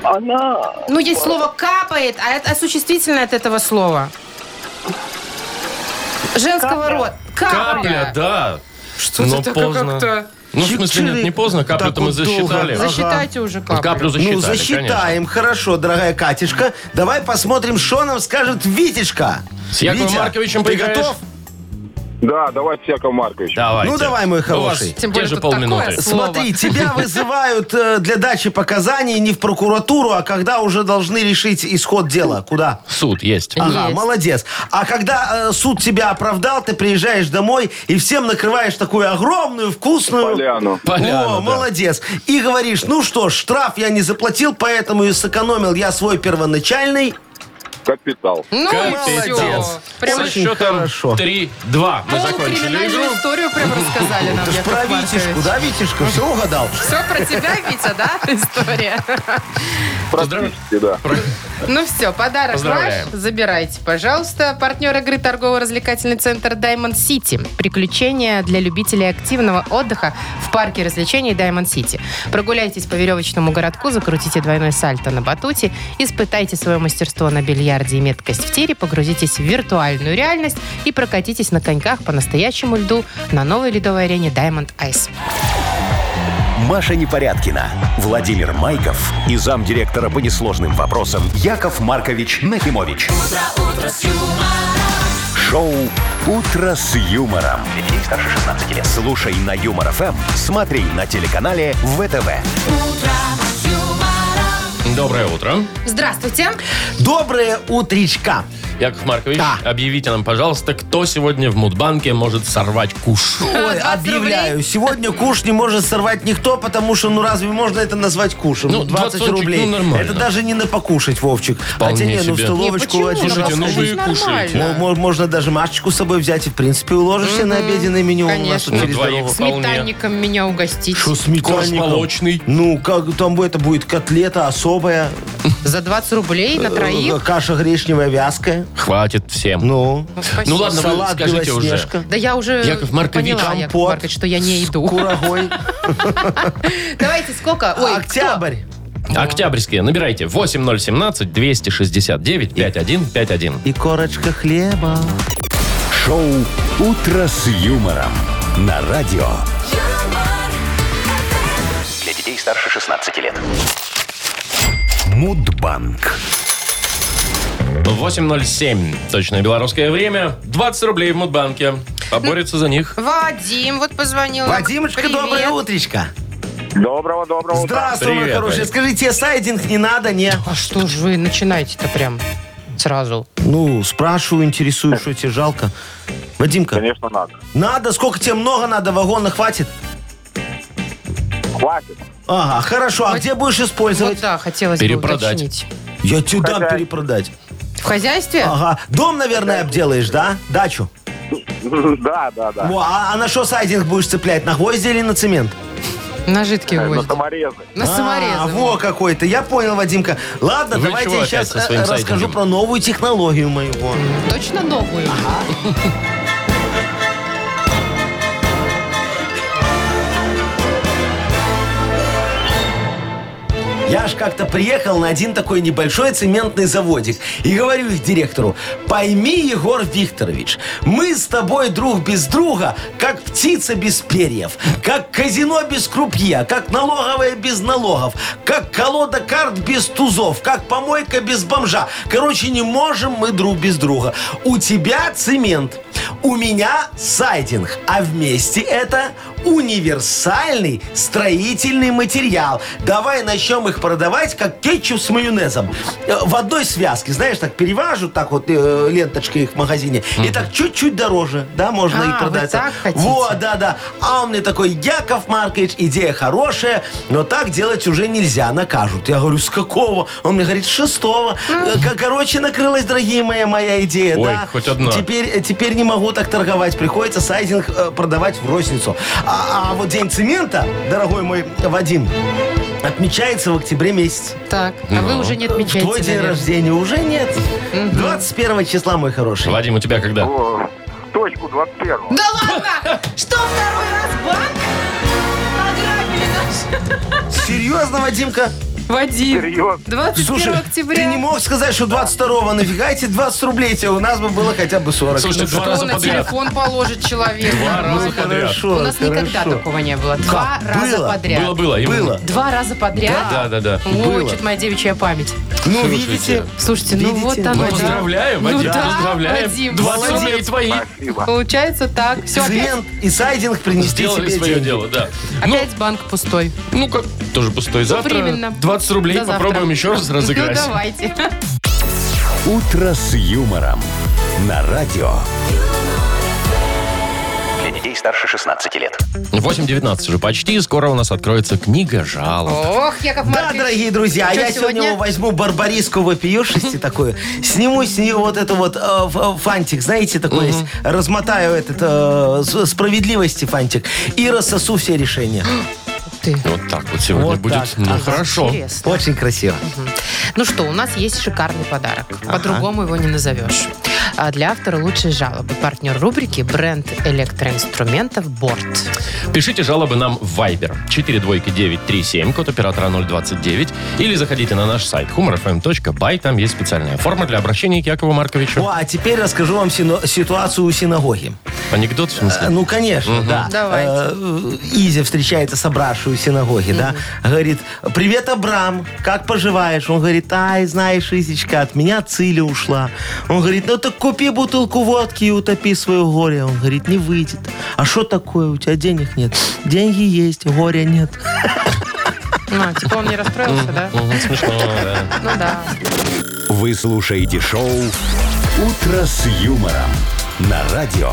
[SPEAKER 5] Она...
[SPEAKER 3] Ну, есть слово «капает», а это а существительное от этого слова. Женского рода.
[SPEAKER 2] Капля, да.
[SPEAKER 3] Что
[SPEAKER 2] Но
[SPEAKER 3] ты такое
[SPEAKER 2] поздно.
[SPEAKER 3] как-то?
[SPEAKER 2] Ну, в смысле, нет, не поздно. Каплю-то мы
[SPEAKER 4] Так вот долго.
[SPEAKER 2] засчитали.
[SPEAKER 4] Ага.
[SPEAKER 3] Засчитайте уже
[SPEAKER 2] Вот
[SPEAKER 3] каплю.
[SPEAKER 2] Каплю засчитали,
[SPEAKER 4] Ну,
[SPEAKER 2] конечно.
[SPEAKER 4] засчитаем. Хорошо, дорогая Катюшка. Давай посмотрим, что нам скажет Витечка.
[SPEAKER 2] С Яковом
[SPEAKER 4] Витя,
[SPEAKER 2] Марковичем
[SPEAKER 4] ты
[SPEAKER 2] поиграешь?
[SPEAKER 4] готов?
[SPEAKER 8] Да, давайте, Яков Маркович.
[SPEAKER 2] Давайте.
[SPEAKER 4] Ну, давай, мой хороший.
[SPEAKER 2] У вас
[SPEAKER 3] Тем
[SPEAKER 2] те
[SPEAKER 3] более
[SPEAKER 2] же
[SPEAKER 3] тут такое
[SPEAKER 2] полминуты.
[SPEAKER 3] слово.
[SPEAKER 4] Смотри, тебя вызывают э, для дачи показаний не в прокуратуру, а когда уже должны решить исход дела. Куда?
[SPEAKER 2] Суд есть.
[SPEAKER 4] Ага,
[SPEAKER 3] Есть.
[SPEAKER 4] молодец. А когда э, суд тебя оправдал, ты приезжаешь домой и всем накрываешь такую огромную, вкусную...
[SPEAKER 8] Поляну.
[SPEAKER 2] Поляну, да.
[SPEAKER 4] О, молодец. И говоришь, ну что ж, штраф я не заплатил, поэтому и сэкономил я свой первоначальный.
[SPEAKER 8] Капитал.
[SPEAKER 3] Ну,
[SPEAKER 2] Капец.
[SPEAKER 3] все. Прям
[SPEAKER 2] Со
[SPEAKER 4] Очень
[SPEAKER 2] счетом
[SPEAKER 4] хорошо.
[SPEAKER 2] 3-2 мы
[SPEAKER 3] полную
[SPEAKER 2] закончили игру.
[SPEAKER 3] криминальную историю прям рассказали нам,
[SPEAKER 4] Ты ж
[SPEAKER 3] Яков
[SPEAKER 4] про Витюшку, да, Витюшка? Все угадал.
[SPEAKER 3] Все про тебя, Витя, да, [LAUGHS] история?
[SPEAKER 8] Практически, да.
[SPEAKER 3] Ну все, подарок ваш.
[SPEAKER 2] Поздравляем.
[SPEAKER 3] Забирайте, пожалуйста. Партнер игры торгово-развлекательный центр Diamond City. Приключения для любителей активного отдыха в парке развлечений Diamond City. Прогуляйтесь по веревочному городку, закрутите двойной сальто на батуте, испытайте свое мастерство на бильярде и меткость в тире, погрузитесь в виртуальную реальность и прокатитесь на коньках по настоящему льду на новой ледовой арене Diamond Ice.
[SPEAKER 1] Маша Непорядкина, Владимир Майков и замдиректора по несложным вопросам Яков Маркович Нахимович. Шоу «Утро с юмором». Для детей старше 16 лет. Слушай на Юмор ФМ, смотри на телеканале ВТВ.
[SPEAKER 2] Доброе утро.
[SPEAKER 3] Здравствуйте.
[SPEAKER 4] Доброе утречка.
[SPEAKER 2] Яков Маркович,
[SPEAKER 4] Да.
[SPEAKER 2] объявите нам, пожалуйста, кто сегодня в Мудбанке может сорвать куш.
[SPEAKER 4] Ой,
[SPEAKER 3] 20
[SPEAKER 4] объявляю, сегодня куш не может сорвать никто, потому что, ну разве можно это назвать кушем?
[SPEAKER 2] Ну,
[SPEAKER 4] 20
[SPEAKER 2] 20,
[SPEAKER 4] рублей.
[SPEAKER 2] ну, нормально.
[SPEAKER 4] это даже не на покушать, Вовчик.
[SPEAKER 2] Вполне
[SPEAKER 4] Хотя не, ну в
[SPEAKER 2] себе.
[SPEAKER 3] Не,
[SPEAKER 4] столовочку
[SPEAKER 3] почему?
[SPEAKER 4] один
[SPEAKER 2] Слушайте,
[SPEAKER 4] раз
[SPEAKER 2] ну вы
[SPEAKER 4] сходить.
[SPEAKER 2] и кушаете.
[SPEAKER 4] Мо-
[SPEAKER 3] Нормально.
[SPEAKER 4] мо- Можно даже Машечку с собой взять и, в принципе, уложишься на обеденное меню. У нас
[SPEAKER 3] Конечно.
[SPEAKER 4] тут
[SPEAKER 2] На
[SPEAKER 4] через
[SPEAKER 2] Ну, двоих.
[SPEAKER 4] дорогу.
[SPEAKER 2] Вполне.
[SPEAKER 3] Сметанником меня угостить.
[SPEAKER 4] Шо, с
[SPEAKER 2] Корж
[SPEAKER 4] сметанником?
[SPEAKER 2] молочный.
[SPEAKER 4] Ну, как там это будет котлета особая,
[SPEAKER 3] За 20 рублей на
[SPEAKER 4] э,
[SPEAKER 3] троих?
[SPEAKER 4] каша гречневая вязкая.
[SPEAKER 2] Хватит всем.
[SPEAKER 4] Ну,
[SPEAKER 3] Спасибо.
[SPEAKER 2] Ну ладно, вы
[SPEAKER 4] салат
[SPEAKER 2] скажите уже.
[SPEAKER 4] белоснежка.
[SPEAKER 3] Да я уже
[SPEAKER 2] Яков Маркович,
[SPEAKER 3] поняла, Яков
[SPEAKER 4] компот
[SPEAKER 3] Маркович, что я не
[SPEAKER 4] с
[SPEAKER 3] иду.
[SPEAKER 4] курагой.
[SPEAKER 3] Давайте сколько? [LAUGHS] Ой,
[SPEAKER 4] Октябрь.
[SPEAKER 2] Октябрьские, набирайте 8017-269-5151.
[SPEAKER 4] И корочка хлеба.
[SPEAKER 1] Шоу «Утро с юмором» на радио.
[SPEAKER 6] Для детей старше 16 лет.
[SPEAKER 1] Мудбанк.
[SPEAKER 2] 8.07. Точное белорусское время. 20 рублей в Мудбанке. Поборется за них.
[SPEAKER 3] Вадим вот позвонил. нам.
[SPEAKER 4] Вадимочка,
[SPEAKER 3] Привет.
[SPEAKER 4] доброе утречко.
[SPEAKER 8] Доброго, доброго утра.
[SPEAKER 4] Здравствуй, мой
[SPEAKER 2] Привет,
[SPEAKER 4] хороший.
[SPEAKER 2] Вадик.
[SPEAKER 4] Скажи, тебе сайдинг не надо, не?
[SPEAKER 3] А что ж вы начинаете-то прям сразу?
[SPEAKER 4] Ну, спрашиваю, интересую, что тебе жалко. Вадимка,
[SPEAKER 8] Конечно, надо.
[SPEAKER 4] надо, сколько тебе много надо, вагона хватит?
[SPEAKER 8] Хватит. [LAUGHS]
[SPEAKER 4] Ага, хорошо, а где будешь
[SPEAKER 3] Вот
[SPEAKER 4] использовать?
[SPEAKER 3] да, хотелось
[SPEAKER 2] Перепродать.
[SPEAKER 3] бы уточнить.
[SPEAKER 4] Я тебе дам
[SPEAKER 8] Хозяйство.
[SPEAKER 4] перепродать.
[SPEAKER 3] В хозяйстве?
[SPEAKER 4] Ага, дом, наверное, обделаешь, да? Дачу.
[SPEAKER 8] Да, да, да.
[SPEAKER 4] Во, а, а на что сайдинг будешь цеплять? На гвозди или на цемент?
[SPEAKER 3] На жидкий
[SPEAKER 8] Э, На
[SPEAKER 3] гвозди.
[SPEAKER 8] саморезы.
[SPEAKER 3] На саморезы.
[SPEAKER 4] А, во какой-то. Я понял, Вадимка. Ладно,
[SPEAKER 2] ну. Вы
[SPEAKER 4] давайте
[SPEAKER 2] чего
[SPEAKER 4] я
[SPEAKER 2] опять
[SPEAKER 4] сейчас
[SPEAKER 2] со своим
[SPEAKER 4] расскажу
[SPEAKER 2] сайдингом?
[SPEAKER 4] про новую технологию мою. Во.
[SPEAKER 3] Точно новую?
[SPEAKER 4] А. Я ж как-то приехал на один такой небольшой цементный заводик и говорю их директору, пойми, Егор Викторович, мы с тобой друг без друга, как птица без перьев, как казино без крупье, как налоговая без налогов, как колода карт без тузов, как помойка без бомжа. Короче, не можем мы друг без друга. У тебя цемент, у меня сайдинг, а вместе это универсальный строительный материал. Давай начнем их продавать, как кетчуп с майонезом. Э, В одной связке, знаешь, так переважут так вот э, ленточкой их в магазине. И так чуть-чуть дороже, да, можно
[SPEAKER 3] А,
[SPEAKER 4] и продать.
[SPEAKER 3] вы так хотите?
[SPEAKER 4] Вот, да, да. А он мне такой, Яков Маркович, идея хорошая, но так делать уже нельзя, накажут. Я говорю, с какого? Он мне говорит, с шестого. Э, ко- Короче, накрылась, дорогие мои, моя идея.
[SPEAKER 2] Ой,
[SPEAKER 4] да.
[SPEAKER 2] хоть одна.
[SPEAKER 4] Теперь теперь, теперь не могу так торговать. Приходится сайдинг э, продавать в розницу. А, а вот день цемента, дорогой мой Вадим, отмечается в октябре месяце.
[SPEAKER 3] Так, а вы уже не
[SPEAKER 4] Ну. В
[SPEAKER 3] отмечаете,
[SPEAKER 4] твой день
[SPEAKER 3] наверное.
[SPEAKER 4] рождения уже нет. 21 числа, мой хороший.
[SPEAKER 2] Вадим, у тебя когда?
[SPEAKER 8] О, Точку 21
[SPEAKER 3] Да ладно! Что второй раз банк? Ограбили наш
[SPEAKER 4] Серьезно, Вадимка?
[SPEAKER 3] Вадим.
[SPEAKER 8] Серьезно?
[SPEAKER 3] 21
[SPEAKER 4] Слушай, ты
[SPEAKER 3] октября.
[SPEAKER 4] не мог сказать, что 22-го. Нафига эти 20 рублей тебе? У нас бы было хотя бы 40.
[SPEAKER 2] Слушайте,
[SPEAKER 4] Ну,
[SPEAKER 2] два
[SPEAKER 4] что-
[SPEAKER 2] раза
[SPEAKER 3] Кто на
[SPEAKER 2] подряд.
[SPEAKER 3] телефон положит человек?
[SPEAKER 2] Два раза
[SPEAKER 3] Нормально.
[SPEAKER 2] подряд.
[SPEAKER 4] Хорошо,
[SPEAKER 3] У нас никогда
[SPEAKER 4] хорошо.
[SPEAKER 3] такого не было. Два
[SPEAKER 4] Как?
[SPEAKER 3] раза
[SPEAKER 4] Было.
[SPEAKER 3] подряд.
[SPEAKER 2] Было, было. именно.
[SPEAKER 4] Было.
[SPEAKER 3] Два раза подряд?
[SPEAKER 2] Да, да, да.
[SPEAKER 3] Ой,
[SPEAKER 4] Было.
[SPEAKER 3] что-то моя девичья память.
[SPEAKER 4] Ну,
[SPEAKER 2] Слушайте.
[SPEAKER 4] видите?
[SPEAKER 3] Слушайте, ну
[SPEAKER 4] Видите?
[SPEAKER 3] вот
[SPEAKER 4] Ну,
[SPEAKER 3] оно.
[SPEAKER 2] Мы
[SPEAKER 3] да.
[SPEAKER 2] поздравляем,
[SPEAKER 3] Ну
[SPEAKER 2] Вадим,
[SPEAKER 3] да,
[SPEAKER 2] поздравляем.
[SPEAKER 3] Вадим,
[SPEAKER 2] 20
[SPEAKER 3] молодец.
[SPEAKER 2] рублей твои.
[SPEAKER 8] Спасибо.
[SPEAKER 3] Получается так. Все, опять,
[SPEAKER 4] Цемент и сайдинг принести
[SPEAKER 2] Сделали
[SPEAKER 4] тебе
[SPEAKER 2] свое
[SPEAKER 4] деньги.
[SPEAKER 2] дело, да. Ну,
[SPEAKER 3] опять банк пустой. Ну,
[SPEAKER 2] ну как, тоже пустой. Завтра
[SPEAKER 3] временно.
[SPEAKER 2] 20 рублей
[SPEAKER 3] До завтра.
[SPEAKER 2] попробуем еще раз
[SPEAKER 3] [LAUGHS] Ну
[SPEAKER 2] разыграть. [LAUGHS]
[SPEAKER 3] давайте.
[SPEAKER 1] «Утро с юмором» на радио.
[SPEAKER 6] Для детей старше 16 лет.
[SPEAKER 2] 8.19 уже почти. Скоро у нас откроется книга жалоб.
[SPEAKER 3] Ох, Яков
[SPEAKER 4] Да,
[SPEAKER 3] Маркович.
[SPEAKER 4] дорогие друзья, а
[SPEAKER 3] Что
[SPEAKER 4] я сегодня,
[SPEAKER 3] сегодня?
[SPEAKER 4] возьму барбариску вопиюшести такую, сниму с нее вот это вот э, ф- э, фантик, знаете, такой есть, размотаю этот э, с- справедливости фантик и рассосу все решения.
[SPEAKER 3] Ты.
[SPEAKER 2] Вот так вот сегодня
[SPEAKER 4] Вот
[SPEAKER 2] будет.
[SPEAKER 4] так.
[SPEAKER 2] Ну,
[SPEAKER 4] Ага,
[SPEAKER 2] хорошо.
[SPEAKER 3] Интересно.
[SPEAKER 4] Очень красиво.
[SPEAKER 3] Ну что, у нас есть шикарный подарок. По-другому его не назовешь. А для автора лучшей жалобы партнер рубрики бренд электроинструментов Борт.
[SPEAKER 2] Пишите жалобы нам в Viber 42937, код оператора 029, или заходите на наш сайт humorfm.by, там есть специальная форма для обращения к Якову Марковичу.
[SPEAKER 4] О, а теперь расскажу вам сино- ситуацию у синагоги.
[SPEAKER 2] Анекдот, в
[SPEAKER 4] Э,
[SPEAKER 2] смысле?
[SPEAKER 4] Ну, конечно, да.
[SPEAKER 3] Давайте.
[SPEAKER 4] Э, Изя встречается с Абрашей у синагоги, да. Говорит, привет, Абрам, как поживаешь? Он говорит, ай, знаешь, Изечка, от меня Циля ушла. Он говорит, ну так купи бутылку водки и утопи свое горе. Он говорит, не выйдет. А что такое? У тебя денег нет. Деньги есть, горя нет.
[SPEAKER 3] Ну, типа он не расстроился, да?
[SPEAKER 2] Мгм, Смешно, да.
[SPEAKER 3] Ну да.
[SPEAKER 1] Вы слушаете шоу «Утро с юмором» на радио.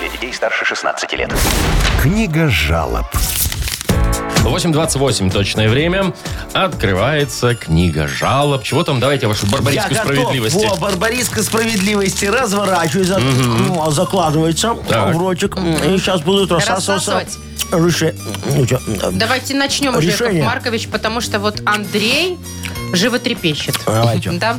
[SPEAKER 6] Для детей старше 16 лет.
[SPEAKER 1] Книга жалоб.
[SPEAKER 2] 8.28 точное время. Открывается книга жалоб. Чего там? Давайте вашу барбарийскую
[SPEAKER 4] Я готов.
[SPEAKER 2] справедливость.
[SPEAKER 4] Во, барбариска справедливости. Разворачиваюсь, зак- ну, а закладывается
[SPEAKER 2] Так.
[SPEAKER 4] в ротик. И сейчас будут рассасываться.
[SPEAKER 3] Рассасывать.
[SPEAKER 4] Реши- ну, чё, м,
[SPEAKER 3] Давайте начнем уже, Яков
[SPEAKER 4] Решение.
[SPEAKER 3] Маркович, потому что вот Андрей животрепещет.
[SPEAKER 4] Давайте.
[SPEAKER 3] Да.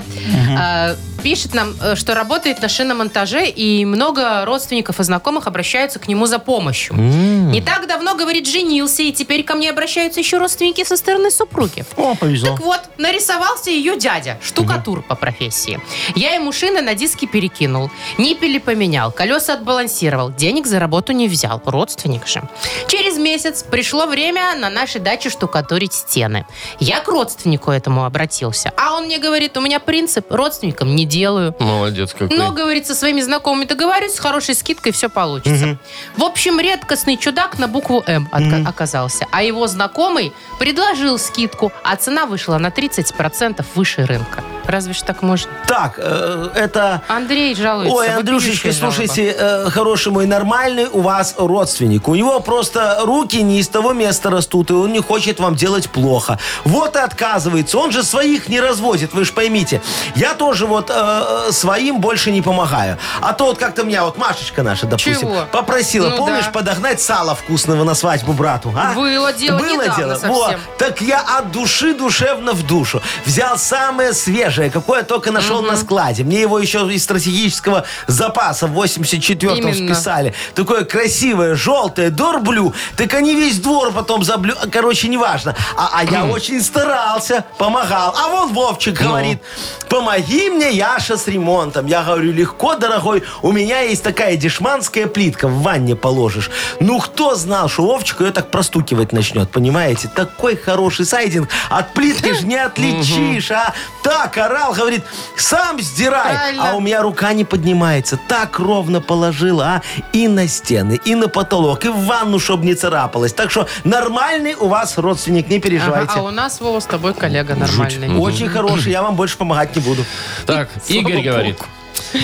[SPEAKER 3] А, Пишет нам, э, что работает на шиномонтаже, и много родственников и знакомых обращаются к нему за помощью. Не так давно, говорит, женился, и теперь ко мне обращаются еще родственники со стороны супруги.
[SPEAKER 4] О, повезло.
[SPEAKER 3] Так вот, нарисовался ее дядя, штукатур по профессии. Я ему шины на диски перекинул, ниппели поменял, колеса отбалансировал, денег за работу не взял, родственник же. Через месяц пришло время на нашей даче штукатурить стены. Я к родственнику этому обратился, а он мне говорит, у меня принцип, родственникам не делаю.
[SPEAKER 2] Молодец какой.
[SPEAKER 3] Но, говорит, Ну, со своими знакомыми договорюсь, с хорошей скидкой все получится. В общем, редкостный чудак на букву «М» отка- оказался. А его знакомый предложил скидку, а цена вышла на 30% выше рынка. Разве ж так можно?
[SPEAKER 4] Так, э, это...
[SPEAKER 3] Андрей жалуется.
[SPEAKER 4] Ой, Андрюшечка,
[SPEAKER 3] вопиющая жалоба.
[SPEAKER 4] слушайте, э, хороший мой, нормальный у вас родственник. У него просто руки не из того места растут, и он не хочет вам делать плохо. Вот и отказывается. Он же своих не разводит, вы же поймите. Я тоже вот э, своим больше не помогаю. А то вот как-то меня, вот Машечка наша, допустим,
[SPEAKER 3] Чего?
[SPEAKER 4] попросила,
[SPEAKER 3] Ну
[SPEAKER 4] помнишь,
[SPEAKER 3] да.
[SPEAKER 4] подогнать сало вкусного на свадьбу брату? а?
[SPEAKER 3] Было дело недавно совсем.
[SPEAKER 4] Вот. Так я от души душевно в душу. Взял самое свежее, какое только нашел на складе. Мне его еще из стратегического запаса в 84-м
[SPEAKER 3] Именно.
[SPEAKER 4] списали. Такое красивое, желтое, дорблю. Так они весь двор потом заблю. а, Короче, неважно. А, а я очень старался, помогал. А вон Вовчик говорит, помоги мне, Яша, с ремонтом. Я говорю, легко, дорогой, у меня есть такая дешманская плитка, в ванне положишь. Ну, кто знал, что Вовчик ее так простукивать начнет, понимаете? Такой хороший сайдинг, от плитки же не отличишь, а? Так орал, говорит, сам сдирай.
[SPEAKER 3] Правильно.
[SPEAKER 4] А у меня рука не поднимается. Так ровно положила, а? И на стены, и на потолок, и в ванну, чтобы не царапалась. Так что нормальный у вас родственник, не
[SPEAKER 3] Ага,
[SPEAKER 4] переживайте.
[SPEAKER 3] а у нас, Вова, с тобой коллега нормальный.
[SPEAKER 4] Очень хороший, я вам больше помогать не буду.
[SPEAKER 2] Так, Игорь говорит.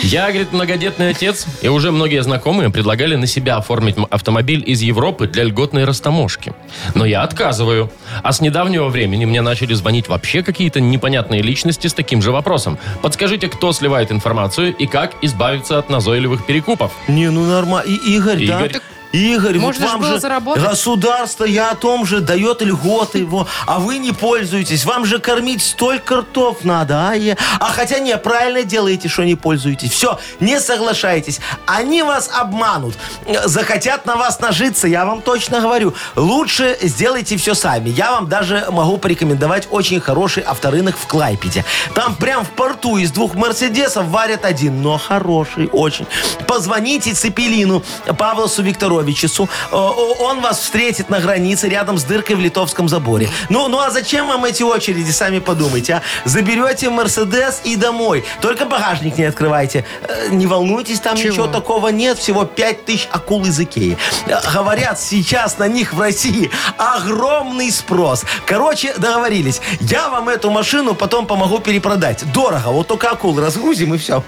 [SPEAKER 2] Я, говорит, многодетный отец, и уже многие знакомые предлагали на себя оформить м- автомобиль из Европы для льготной растаможки. Но я отказываю. А с недавнего времени мне начали звонить вообще какие-то непонятные личности с таким же вопросом. Подскажите, кто сливает информацию и как избавиться от назойливых перекупов?
[SPEAKER 4] Не, ну нормально. И Игорь, да?
[SPEAKER 2] Игорь.
[SPEAKER 4] Игорь, вот
[SPEAKER 3] Можно ж
[SPEAKER 4] вам
[SPEAKER 3] было
[SPEAKER 4] же
[SPEAKER 3] заработать.
[SPEAKER 4] государство, я о том же, дает льготы его, а вы не пользуетесь. Вам же кормить столько ртов надо, а? я- А хотя не, правильно делаете, что не пользуетесь. Все, не соглашайтесь. Они вас обманут. Э, Захотят на вас нажиться, я вам точно говорю. Лучше сделайте все сами. Я вам даже могу порекомендовать очень хороший авторынок в Клайпеде. Там прям в порту из двух Мерседесов варят один, но хороший очень. Позвоните Цепелину Павлосу Викторовичесу. Э, о- Он вас встретит на границе рядом с дыркой в Литовском заборе. Ну, ну а зачем вам эти очереди, сами подумайте, а? Заберете Мерседес и домой. Только багажник не открывайте. Э, Не волнуйтесь, там
[SPEAKER 3] Чего?
[SPEAKER 4] ничего такого нет. Всего 5000 акул из Икеи. Э, Говорят, сейчас на них в России огромный спрос. Короче, договорились. Я вам эту машину потом помогу перепродать. Дорого. Вот только акул разгрузим и все.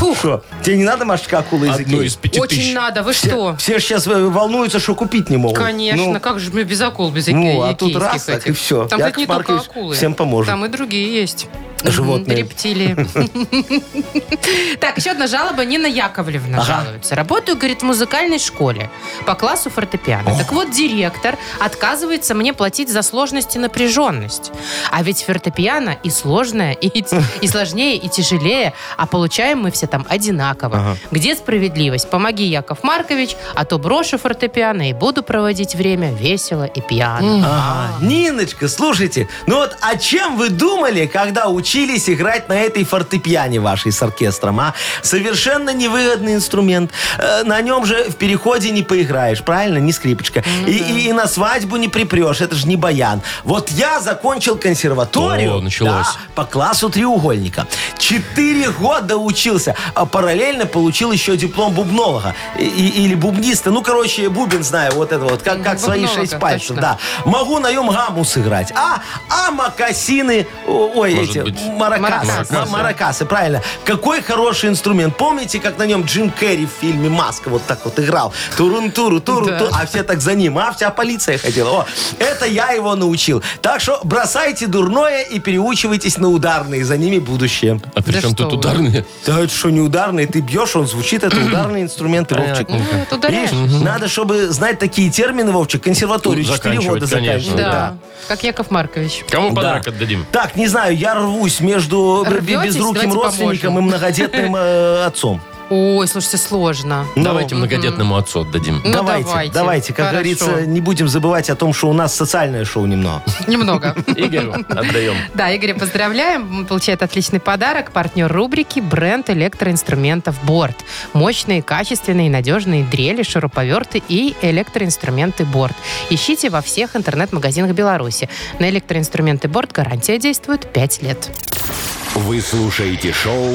[SPEAKER 4] Фу. Тебе не надо, Машечка, акулы из
[SPEAKER 2] Одну
[SPEAKER 4] Икеи?
[SPEAKER 2] из пяти
[SPEAKER 3] Очень
[SPEAKER 2] тысяч.
[SPEAKER 3] надо, вы что?
[SPEAKER 4] Все же сейчас э, волнуются, что купить не могут.
[SPEAKER 3] Конечно,
[SPEAKER 4] Ну,
[SPEAKER 3] как же мне без акул, без
[SPEAKER 4] Ну,
[SPEAKER 3] ики-
[SPEAKER 4] а тут
[SPEAKER 3] икейских
[SPEAKER 4] раз так
[SPEAKER 3] этих.
[SPEAKER 4] и всё.
[SPEAKER 3] Там,
[SPEAKER 4] Яков
[SPEAKER 3] кстати, не только
[SPEAKER 4] Маркович
[SPEAKER 3] акулы.
[SPEAKER 4] всем поможет.
[SPEAKER 3] Там и другие есть.
[SPEAKER 4] Животные.
[SPEAKER 3] Мгм, Рептилии. Так, еще одна жалоба. Нина Яковлевна
[SPEAKER 4] Ага.
[SPEAKER 3] жалуется. Работаю, говорит, в музыкальной школе по классу фортепиано. Так вот, директор отказывается мне платить за сложность и напряженность. А ведь фортепиано и сложное, и, т-
[SPEAKER 4] [LAUGHS]
[SPEAKER 3] и сложнее, и тяжелее, а получаем мы все там одинаково. Где справедливость? Помоги, Яков Маркович, а то брошу фортепиано и буду проводить время весело и пьяно.
[SPEAKER 4] а, Ниночка, слушайте, ну вот, а чем вы думали, когда научились играть на этой фортепиане вашей с оркестром, а? Совершенно невыгодный инструмент. Э, На нем же в переходе не поиграешь, правильно? Не скрипочка. И, и- и на свадьбу не припрешь, это же не баян. Вот я закончил консерваторию.
[SPEAKER 2] О, началось.
[SPEAKER 4] Да, по классу треугольника. Четыре года учился, а параллельно получил еще диплом бубнолога и- и- или бубниста. Ну, короче, бубен знаю, вот это вот, как, как свои
[SPEAKER 3] бубнолога,
[SPEAKER 4] шесть пальцев.
[SPEAKER 3] точно.
[SPEAKER 4] Да. Могу на нем гамму сыграть. А, а макасины, о- ой,
[SPEAKER 2] Может
[SPEAKER 4] эти,
[SPEAKER 2] быть,
[SPEAKER 4] маракасы.
[SPEAKER 3] маракасы.
[SPEAKER 4] Ма- маракасы, правильно. Какой хороший инструмент. Помните, как на нем Джим Керри в фильме «Маска» вот так вот играл? Турун-туру, туру
[SPEAKER 3] Да.
[SPEAKER 4] а все так за ним, а вся полиция ходила. О, это я его научил. Так что бросайте дурное и переучивайтесь на ударные, за ними будущее.
[SPEAKER 2] А при
[SPEAKER 3] Да
[SPEAKER 2] чем
[SPEAKER 3] что
[SPEAKER 2] тут
[SPEAKER 3] вы.
[SPEAKER 2] ударные?
[SPEAKER 4] Да это что, не ударный, ты бьешь, он звучит, это ударный инструмент, Вовчик.
[SPEAKER 3] Ну, вот ударяешь.
[SPEAKER 4] Видишь, надо, чтобы знать такие термины, Вовчик, консерваторию
[SPEAKER 2] Ну,
[SPEAKER 4] 4 года
[SPEAKER 2] заканчивать, конечно,
[SPEAKER 4] заканчивать.
[SPEAKER 3] Да, как Яков Маркович.
[SPEAKER 2] Кому
[SPEAKER 4] Да.
[SPEAKER 2] подарок отдадим?
[SPEAKER 4] Так, не знаю, я рвусь между б-
[SPEAKER 3] Рветесь?
[SPEAKER 4] безруким
[SPEAKER 3] Давайте
[SPEAKER 4] родственником и
[SPEAKER 3] поможем.
[SPEAKER 4] многодетным э, отцом.
[SPEAKER 3] Ой, слушайте, сложно. [LAUGHS]
[SPEAKER 4] Ну,
[SPEAKER 2] Давайте многодетному отцу отдадим.
[SPEAKER 3] Ну,
[SPEAKER 4] давайте,
[SPEAKER 3] давайте.
[SPEAKER 4] давайте, как
[SPEAKER 3] Хорошо.
[SPEAKER 4] говорится, не будем забывать о том, что у нас социальное шоу немного.
[SPEAKER 3] Немного.
[SPEAKER 2] Игорю отдаем.
[SPEAKER 3] Да, Игоря поздравляем. Он Получает отличный подарок. Партнер рубрики бренд электроинструментов «Борт». Мощные, качественные, надежные дрели, шуруповерты и электроинструменты «Борт». Ищите во всех интернет-магазинах Беларуси. На электроинструменты «Борт» гарантия действует 5 лет.
[SPEAKER 1] Вы слушаете шоу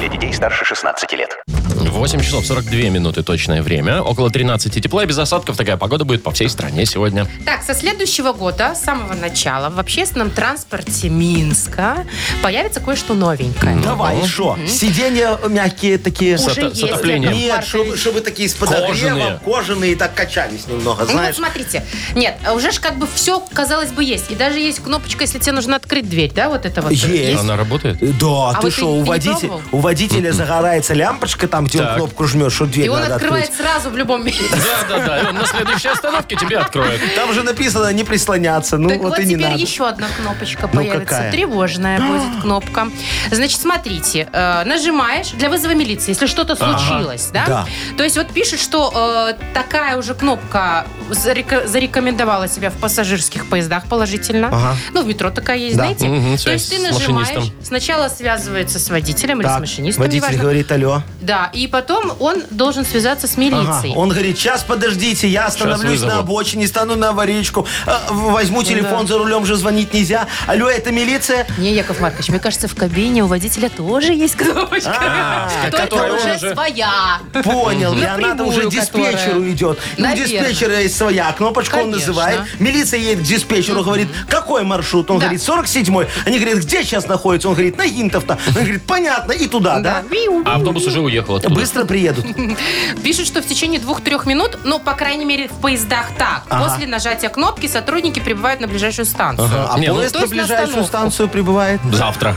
[SPEAKER 6] Для детей старше 16 лет.
[SPEAKER 2] 8 часов 42 минуты точное время. Около 13 тепла и без осадков. Такая погода будет по всей стране сегодня.
[SPEAKER 3] Так, со следующего года, с самого начала, в общественном транспорте Минска появится кое-что
[SPEAKER 2] Ну.
[SPEAKER 3] новенькое.
[SPEAKER 4] Давай, что? Сиденья мягкие такие.
[SPEAKER 2] Уже
[SPEAKER 3] есть, Яков
[SPEAKER 2] отоплением.
[SPEAKER 3] Маркович.
[SPEAKER 4] Нет, чтобы, чтобы такие с
[SPEAKER 2] Кожаные.
[SPEAKER 4] подогревом, кожаные, так качались немного,
[SPEAKER 3] Ну вот
[SPEAKER 4] знаешь.
[SPEAKER 3] смотрите, нет, уже ж как бы все, казалось бы, есть. И даже есть кнопочка, если тебе нужно открыть дверь, да, вот это вот.
[SPEAKER 4] Есть.
[SPEAKER 2] Она работает?
[SPEAKER 4] Да,
[SPEAKER 3] А
[SPEAKER 4] ты
[SPEAKER 3] вот ты
[SPEAKER 4] что,
[SPEAKER 3] не
[SPEAKER 4] у, водите-
[SPEAKER 3] пробовал?
[SPEAKER 4] у водителя загорается лямпочка там, где
[SPEAKER 2] Так.
[SPEAKER 4] он кнопку жмешь, что дверь
[SPEAKER 3] И он
[SPEAKER 4] надо
[SPEAKER 3] открывает
[SPEAKER 4] открыть.
[SPEAKER 3] сразу в любом месте.
[SPEAKER 2] Да, да, да. И он на следующей остановке тебе откроет.
[SPEAKER 4] Там же написано не прислоняться, ну
[SPEAKER 3] так вот,
[SPEAKER 4] вот и не
[SPEAKER 3] теперь
[SPEAKER 4] надо. Ну,
[SPEAKER 3] еще одна кнопочка появится.
[SPEAKER 4] какая?
[SPEAKER 3] Тревожная будет кнопка. Значит, смотрите, э, нажимаешь для вызова милиции, если что-то случилось, да?
[SPEAKER 4] Да.
[SPEAKER 3] То есть вот пишет, что э, такая уже кнопка зареко- зарекомендовала себя в пассажирских поездах положительно.
[SPEAKER 4] Ага.
[SPEAKER 3] Ну, в метро такая есть,
[SPEAKER 4] Да.
[SPEAKER 3] знаете?
[SPEAKER 2] Мгм,
[SPEAKER 3] То
[SPEAKER 2] связь
[SPEAKER 3] есть ты
[SPEAKER 2] с
[SPEAKER 3] нажимаешь,
[SPEAKER 2] машинистом.
[SPEAKER 3] сначала связывается с водителем или с
[SPEAKER 4] Так,
[SPEAKER 3] машинистом,
[SPEAKER 4] водитель
[SPEAKER 3] неважно.
[SPEAKER 4] говорит, алло.
[SPEAKER 3] Да, и потом он должен связаться с милицией.
[SPEAKER 4] Ага, Он говорит, сейчас подождите, я остановлюсь
[SPEAKER 2] вызову».
[SPEAKER 4] на обочине, стану на аварийку, э, в- возьму
[SPEAKER 3] Ну
[SPEAKER 4] телефон, за рулем же звонить нельзя. Алло, это милиция?
[SPEAKER 3] Не, Яков Маркович, мне кажется, в кабине у водителя тоже есть [LAUGHS] кнопочка.
[SPEAKER 4] А,
[SPEAKER 3] Только
[SPEAKER 2] которая
[SPEAKER 3] уже
[SPEAKER 2] уже-
[SPEAKER 3] своя.
[SPEAKER 4] Понял, и она там уже
[SPEAKER 3] Напрямую,
[SPEAKER 4] к диспетчеру
[SPEAKER 3] которая.
[SPEAKER 4] идет. Ну,
[SPEAKER 3] Наверно.
[SPEAKER 4] диспетчера есть своя, кнопочку он
[SPEAKER 3] Конечно.
[SPEAKER 4] называет. Милиция едет к диспетчеру, говорит, какой маршрут? Он
[SPEAKER 3] Да.
[SPEAKER 4] говорит, 47-й. Они говорят, где сейчас находится? Он говорит, на Гинтов-то. Он говорит, понятно, и туда, да?
[SPEAKER 3] Виу.
[SPEAKER 2] А автобус уже уехал оттуда.
[SPEAKER 4] Быстро приедут.
[SPEAKER 3] [LAUGHS] Пишут, что в течение двух-трех минут, ну, по крайней мере, в поездах так.
[SPEAKER 4] Ага.
[SPEAKER 3] После нажатия кнопки сотрудники прибывают на ближайшую станцию.
[SPEAKER 2] Ага.
[SPEAKER 4] А
[SPEAKER 2] Не, ну,
[SPEAKER 4] поезд
[SPEAKER 3] то
[SPEAKER 4] на
[SPEAKER 3] есть на
[SPEAKER 4] ближайшую
[SPEAKER 3] остановку.
[SPEAKER 4] станцию прибывает.
[SPEAKER 2] Завтра.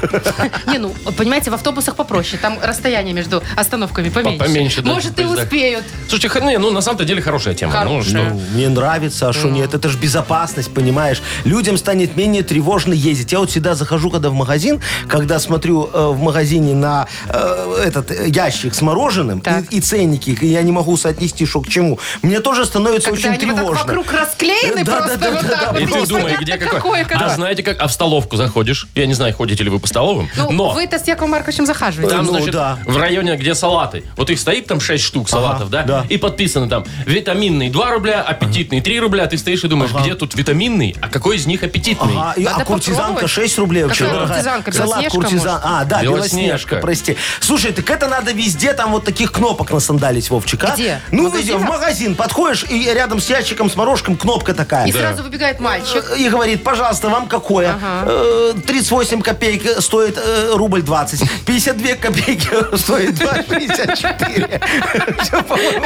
[SPEAKER 3] Не, ну, понимаете, в автобусах попроще. Там расстояние между остановками поменьше.
[SPEAKER 2] Поменьше, да,
[SPEAKER 3] Может,
[SPEAKER 2] в
[SPEAKER 3] и
[SPEAKER 2] поездах.
[SPEAKER 3] успеют.
[SPEAKER 2] Слушайте, х- не, ну на самом-то деле хорошая тема. Ну
[SPEAKER 3] Хорошая.
[SPEAKER 2] что?
[SPEAKER 4] Мне нравится, а что
[SPEAKER 3] Э.
[SPEAKER 4] нет? Это же безопасность, понимаешь? Людям станет менее тревожно ездить. Я вот всегда захожу, когда в магазин, когда смотрю э, в магазине на э, этот э, ящик с мороженым
[SPEAKER 3] Так.
[SPEAKER 4] и, и ценники, и я не могу соотнести, что к чему. Мне тоже становится
[SPEAKER 3] Когда
[SPEAKER 4] очень
[SPEAKER 3] они вот так
[SPEAKER 4] тревожно.
[SPEAKER 3] вокруг расклеены
[SPEAKER 4] Э, да,
[SPEAKER 3] просто
[SPEAKER 4] да, да,
[SPEAKER 3] вот
[SPEAKER 4] да,
[SPEAKER 3] так
[SPEAKER 4] да,
[SPEAKER 3] вот.
[SPEAKER 2] И ты
[SPEAKER 3] Непонятно,
[SPEAKER 2] думай, где какой.
[SPEAKER 3] какое,
[SPEAKER 2] Да
[SPEAKER 3] когда.
[SPEAKER 2] знаете как, а в столовку заходишь. Я не знаю, ходите ли вы по столовым,
[SPEAKER 3] Ну,
[SPEAKER 2] но...
[SPEAKER 3] вы-то с Яковом Марковичем захаживаете.
[SPEAKER 2] Там,
[SPEAKER 4] Ну,
[SPEAKER 2] значит,
[SPEAKER 4] да.
[SPEAKER 2] в районе, где салаты. Вот их стоит там 6 штук салатов, да?
[SPEAKER 4] да.
[SPEAKER 2] И подписано там витаминный 2 рубля, аппетитный 3 рубля. Ты стоишь и думаешь, где тут витаминный, а какой из них аппетитный?
[SPEAKER 4] Ага, и-
[SPEAKER 3] Надо
[SPEAKER 4] а куртизанка
[SPEAKER 3] попробовать.
[SPEAKER 4] 6 рублей вообще
[SPEAKER 3] Какая
[SPEAKER 4] дорогая.
[SPEAKER 3] куртизанка?
[SPEAKER 4] Салат
[SPEAKER 3] Белоснежка,
[SPEAKER 4] куртизан-
[SPEAKER 3] может?
[SPEAKER 4] А, да,
[SPEAKER 2] Белоснежка.
[SPEAKER 4] белоснежка. прости. Слушай, так это надо везде там вот таких кнопок насандалить, Вовчик, а?
[SPEAKER 3] Где? В
[SPEAKER 4] Ну,
[SPEAKER 3] магазинах?
[SPEAKER 4] везде, в магазин подходишь, и рядом с ящиком с морожком кнопка такая.
[SPEAKER 3] И сразу выбегает мальчик.
[SPEAKER 4] и говорит, пожалуйста, вам какое? Э, 38 копеек стоит э, рубль 20. 52 копейки [LAUGHS] стоит 2,54. Всё, по-моему.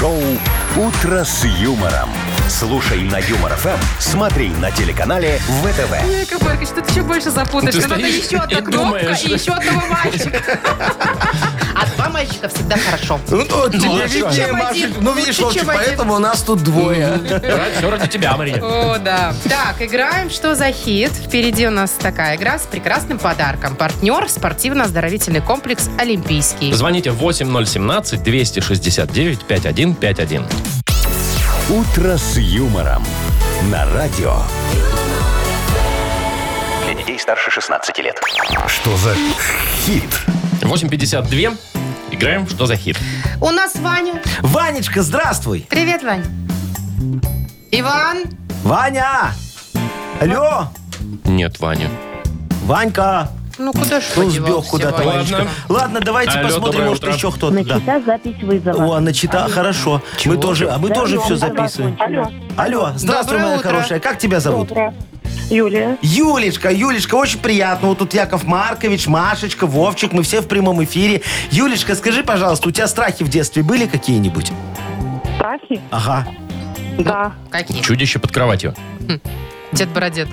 [SPEAKER 1] Шоу «Утро с юмором». Слушай на Юмор ФМ, смотри на телеканале ВТВ.
[SPEAKER 3] Яков Маркович, ты еще больше
[SPEAKER 4] Ну,
[SPEAKER 3] запутаешь.
[SPEAKER 2] Ты
[SPEAKER 3] Когда
[SPEAKER 2] стоишь
[SPEAKER 3] еще одна
[SPEAKER 2] и
[SPEAKER 3] кнопка
[SPEAKER 2] думаешь.
[SPEAKER 3] и еще одного мальчика. А два мальчика всегда всегда хорошо.
[SPEAKER 4] Ну, то тебе
[SPEAKER 2] а
[SPEAKER 4] виднее,
[SPEAKER 3] чё? Чем
[SPEAKER 4] Машечка.
[SPEAKER 3] один?
[SPEAKER 4] Ну,
[SPEAKER 3] Ну,
[SPEAKER 4] видишь,
[SPEAKER 3] ты
[SPEAKER 4] Вовчик,
[SPEAKER 3] чем один?
[SPEAKER 4] поэтому у нас тут двое.
[SPEAKER 2] Все ради тебя, Мария.
[SPEAKER 3] О, да. Так, играем «Что за хит?». Впереди у нас такая игра с прекрасным подарком. Партнер – спортивно-оздоровительный комплекс «Олимпийский».
[SPEAKER 2] Звоните 8017-269-5151.
[SPEAKER 1] «Утро с юмором» на радио.
[SPEAKER 6] Для детей старше 16 лет.
[SPEAKER 1] Что за хит?
[SPEAKER 2] 8.52. Играем «Что за хит?».
[SPEAKER 3] У нас Ваня.
[SPEAKER 4] Ванечка, здравствуй.
[SPEAKER 3] Привет, Вань. Иван.
[SPEAKER 4] Ваня! Алло!
[SPEAKER 2] Нет, Ваня.
[SPEAKER 4] Ванька!
[SPEAKER 3] Ну, куда ж
[SPEAKER 4] Ну,
[SPEAKER 3] подевался
[SPEAKER 4] сбег куда-то,
[SPEAKER 3] Ваня?
[SPEAKER 2] Ванечка.
[SPEAKER 4] Ванечка. Ладно, давайте
[SPEAKER 2] Алло,
[SPEAKER 4] посмотрим,
[SPEAKER 2] доброе
[SPEAKER 4] может,
[SPEAKER 2] утро.
[SPEAKER 4] еще кто-то. да.
[SPEAKER 7] Начата запись вызова.
[SPEAKER 4] О, начита, хорошо. Мы тоже, а мы тоже все записываем.
[SPEAKER 7] Алло.
[SPEAKER 4] Алло, здравствуй,
[SPEAKER 3] Доброе
[SPEAKER 4] моя
[SPEAKER 3] утро.
[SPEAKER 4] хорошая. Как тебя зовут?
[SPEAKER 7] Доброе. Юлия.
[SPEAKER 4] Юлечка, Юлечка, очень приятно. Вот тут Яков Маркович, Машечка, Вовчик, мы все в прямом эфире. Юлечка, скажи, пожалуйста, у тебя страхи в детстве были какие-нибудь?
[SPEAKER 5] Страхи?
[SPEAKER 4] Ага.
[SPEAKER 5] Да.
[SPEAKER 3] Какие?
[SPEAKER 2] Чудище под кроватью.
[SPEAKER 3] Дед Бородет.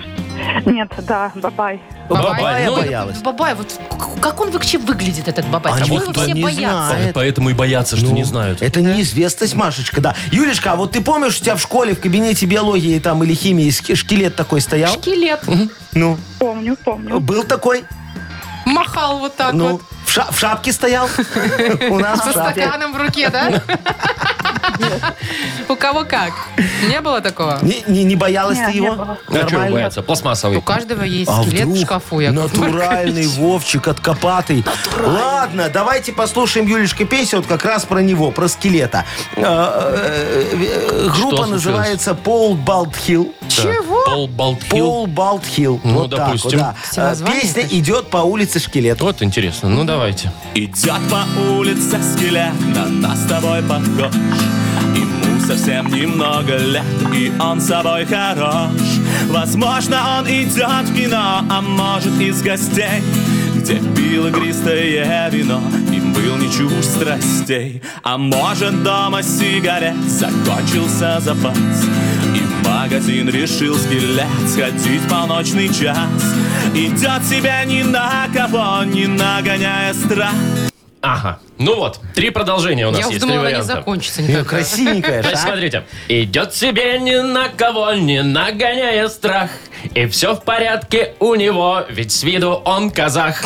[SPEAKER 5] Нет, да, бабай.
[SPEAKER 2] Бабай,
[SPEAKER 4] Бабая
[SPEAKER 2] ну,
[SPEAKER 4] боялась.
[SPEAKER 3] Бабай, вот к- как он вообще выглядит, этот бабай?
[SPEAKER 4] А
[SPEAKER 3] Чего его
[SPEAKER 4] никто
[SPEAKER 3] все
[SPEAKER 4] не
[SPEAKER 3] боятся?
[SPEAKER 4] знает.
[SPEAKER 2] Поэтому и боятся, что
[SPEAKER 4] Ну,
[SPEAKER 2] не знают.
[SPEAKER 4] Это неизвестность, Машечка, да. Юлечка, а вот ты помнишь, у тебя в школе, в кабинете биологии там или химии ски- шкелет такой стоял?
[SPEAKER 3] Шкелет.
[SPEAKER 4] Ну,
[SPEAKER 5] Помню, помню.
[SPEAKER 4] был такой?
[SPEAKER 3] Махал вот так
[SPEAKER 4] Ну,
[SPEAKER 3] вот.
[SPEAKER 4] в, ша- в шапке стоял? У нас
[SPEAKER 3] Со
[SPEAKER 4] в шапке.
[SPEAKER 3] стаканом в руке, да? У кого как? Не было такого?
[SPEAKER 4] Не, не- не боялась
[SPEAKER 5] Не,
[SPEAKER 4] ты
[SPEAKER 5] не
[SPEAKER 4] его?
[SPEAKER 5] было.
[SPEAKER 2] А чего
[SPEAKER 4] Нормально?
[SPEAKER 2] боятся? Пластмассовый.
[SPEAKER 3] У каждого есть
[SPEAKER 4] А
[SPEAKER 3] скелет в
[SPEAKER 4] вдруг
[SPEAKER 3] шкафу. я говорю.
[SPEAKER 4] натуральный Вовчик откопатый. Ладно, давайте послушаем Юлечка песню вот как раз про него, про скелета. Э, э, э, Группа
[SPEAKER 2] случилось?
[SPEAKER 4] называется Пол Балтхилл.
[SPEAKER 3] Чего?
[SPEAKER 2] Пол Балтхилл.
[SPEAKER 4] Пол Балтхилл.
[SPEAKER 2] Ну,
[SPEAKER 4] вот так вот,
[SPEAKER 2] допустим.
[SPEAKER 4] да.
[SPEAKER 3] Все
[SPEAKER 4] Э,
[SPEAKER 3] названия,
[SPEAKER 4] Песня
[SPEAKER 3] конечно.
[SPEAKER 4] идет по улице скелет.
[SPEAKER 2] Вот интересно. Ну, давайте.
[SPEAKER 9] Идет по улице скелет, на нас с тобой похож Ему совсем немного лет, и он собой хорош Возможно, он идет в кино, а может из гостей Где пил игристое вино, им был не чужд страстей А может дома сигарет, закончился запас И в магазин решил скелет сходить полночный час Идет себя ни на кого, не нагоняя страх
[SPEAKER 2] Ага. Ну вот, три продолжения у нас
[SPEAKER 3] [LAUGHS] Я уж
[SPEAKER 2] есть, три
[SPEAKER 3] думала, они
[SPEAKER 2] варианта.
[SPEAKER 3] закончатся
[SPEAKER 4] Э,
[SPEAKER 3] никогда.
[SPEAKER 4] Красивенькая,
[SPEAKER 2] То есть,
[SPEAKER 4] да?
[SPEAKER 2] смотрите. Идет себе ни на кого, не нагоняя страх. И все в порядке у него, ведь с виду он
[SPEAKER 3] [LAUGHS]
[SPEAKER 2] казах.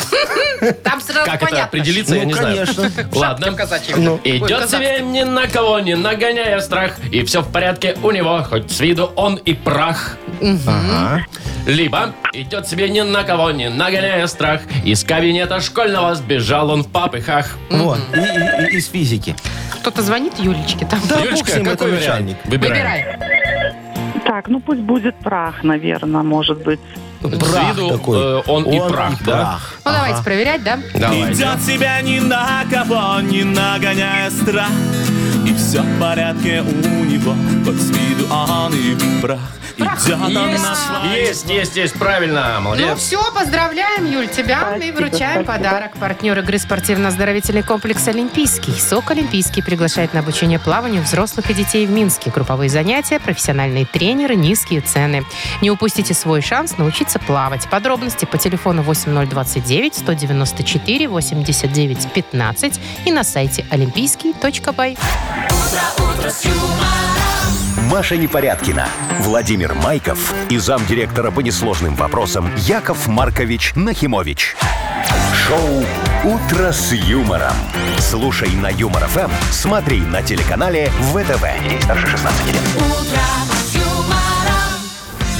[SPEAKER 3] Там сразу
[SPEAKER 2] Как это
[SPEAKER 3] Ну, понятно.
[SPEAKER 2] определиться, я
[SPEAKER 4] Ну,
[SPEAKER 2] не
[SPEAKER 4] конечно.
[SPEAKER 2] знаю. [LAUGHS] Ладно.
[SPEAKER 3] казачья.
[SPEAKER 4] Ну.
[SPEAKER 3] Ой,
[SPEAKER 2] Идет
[SPEAKER 3] казах.
[SPEAKER 2] себе ни на кого, не нагоняя страх. И все в порядке у него, хоть с виду он и прах. Либо идет себе ни на кого, не нагоняя страх. Из кабинета школьного сбежал он в папыхах.
[SPEAKER 4] Вот, и- и- и- из физики.
[SPEAKER 3] Кто-то звонит Юлечке там.
[SPEAKER 4] Да, бог с
[SPEAKER 2] Юлечка,
[SPEAKER 4] ним, это
[SPEAKER 2] какой вариант?
[SPEAKER 4] начальник.
[SPEAKER 2] Выбирай.
[SPEAKER 3] Выбирай.
[SPEAKER 5] Так, ну пусть будет прах, наверное, может быть.
[SPEAKER 4] Прах
[SPEAKER 2] виду,
[SPEAKER 4] такой.
[SPEAKER 2] э, он и прах, да?
[SPEAKER 4] прах.
[SPEAKER 3] Ну, давайте проверять, да?
[SPEAKER 2] Давайте.
[SPEAKER 9] Идет себя ни на кого, не нагоняя страх И все в порядке у него, хоть с виду он и прах Идет он на своей
[SPEAKER 2] Есть, есть, есть, правильно,
[SPEAKER 3] Ну
[SPEAKER 2] молодец.
[SPEAKER 3] все, поздравляем, Юль, тебя и
[SPEAKER 5] Спасибо,
[SPEAKER 3] вручаем
[SPEAKER 5] спасибо.
[SPEAKER 3] подарок. Партнер игры спортивно-оздоровительный комплекс «Олимпийский». СОК «Олимпийский» приглашает на обучение плаванию взрослых и детей в Минске. Групповые занятия, профессиональные тренеры, низкие цены. Не упустите свой шанс научиться плавать. Подробности по телефону 8029 194 89 15 и на сайте олимпийский.бай.
[SPEAKER 1] Маша Непорядкина, Владимир Майков и замдиректора по несложным вопросам Яков Маркович Нахимович. Шоу «Утро с юмором». Слушай на Юмор ФМ, смотри на телеканале ВТВ. Здесь старше 16 лет.
[SPEAKER 3] Ну.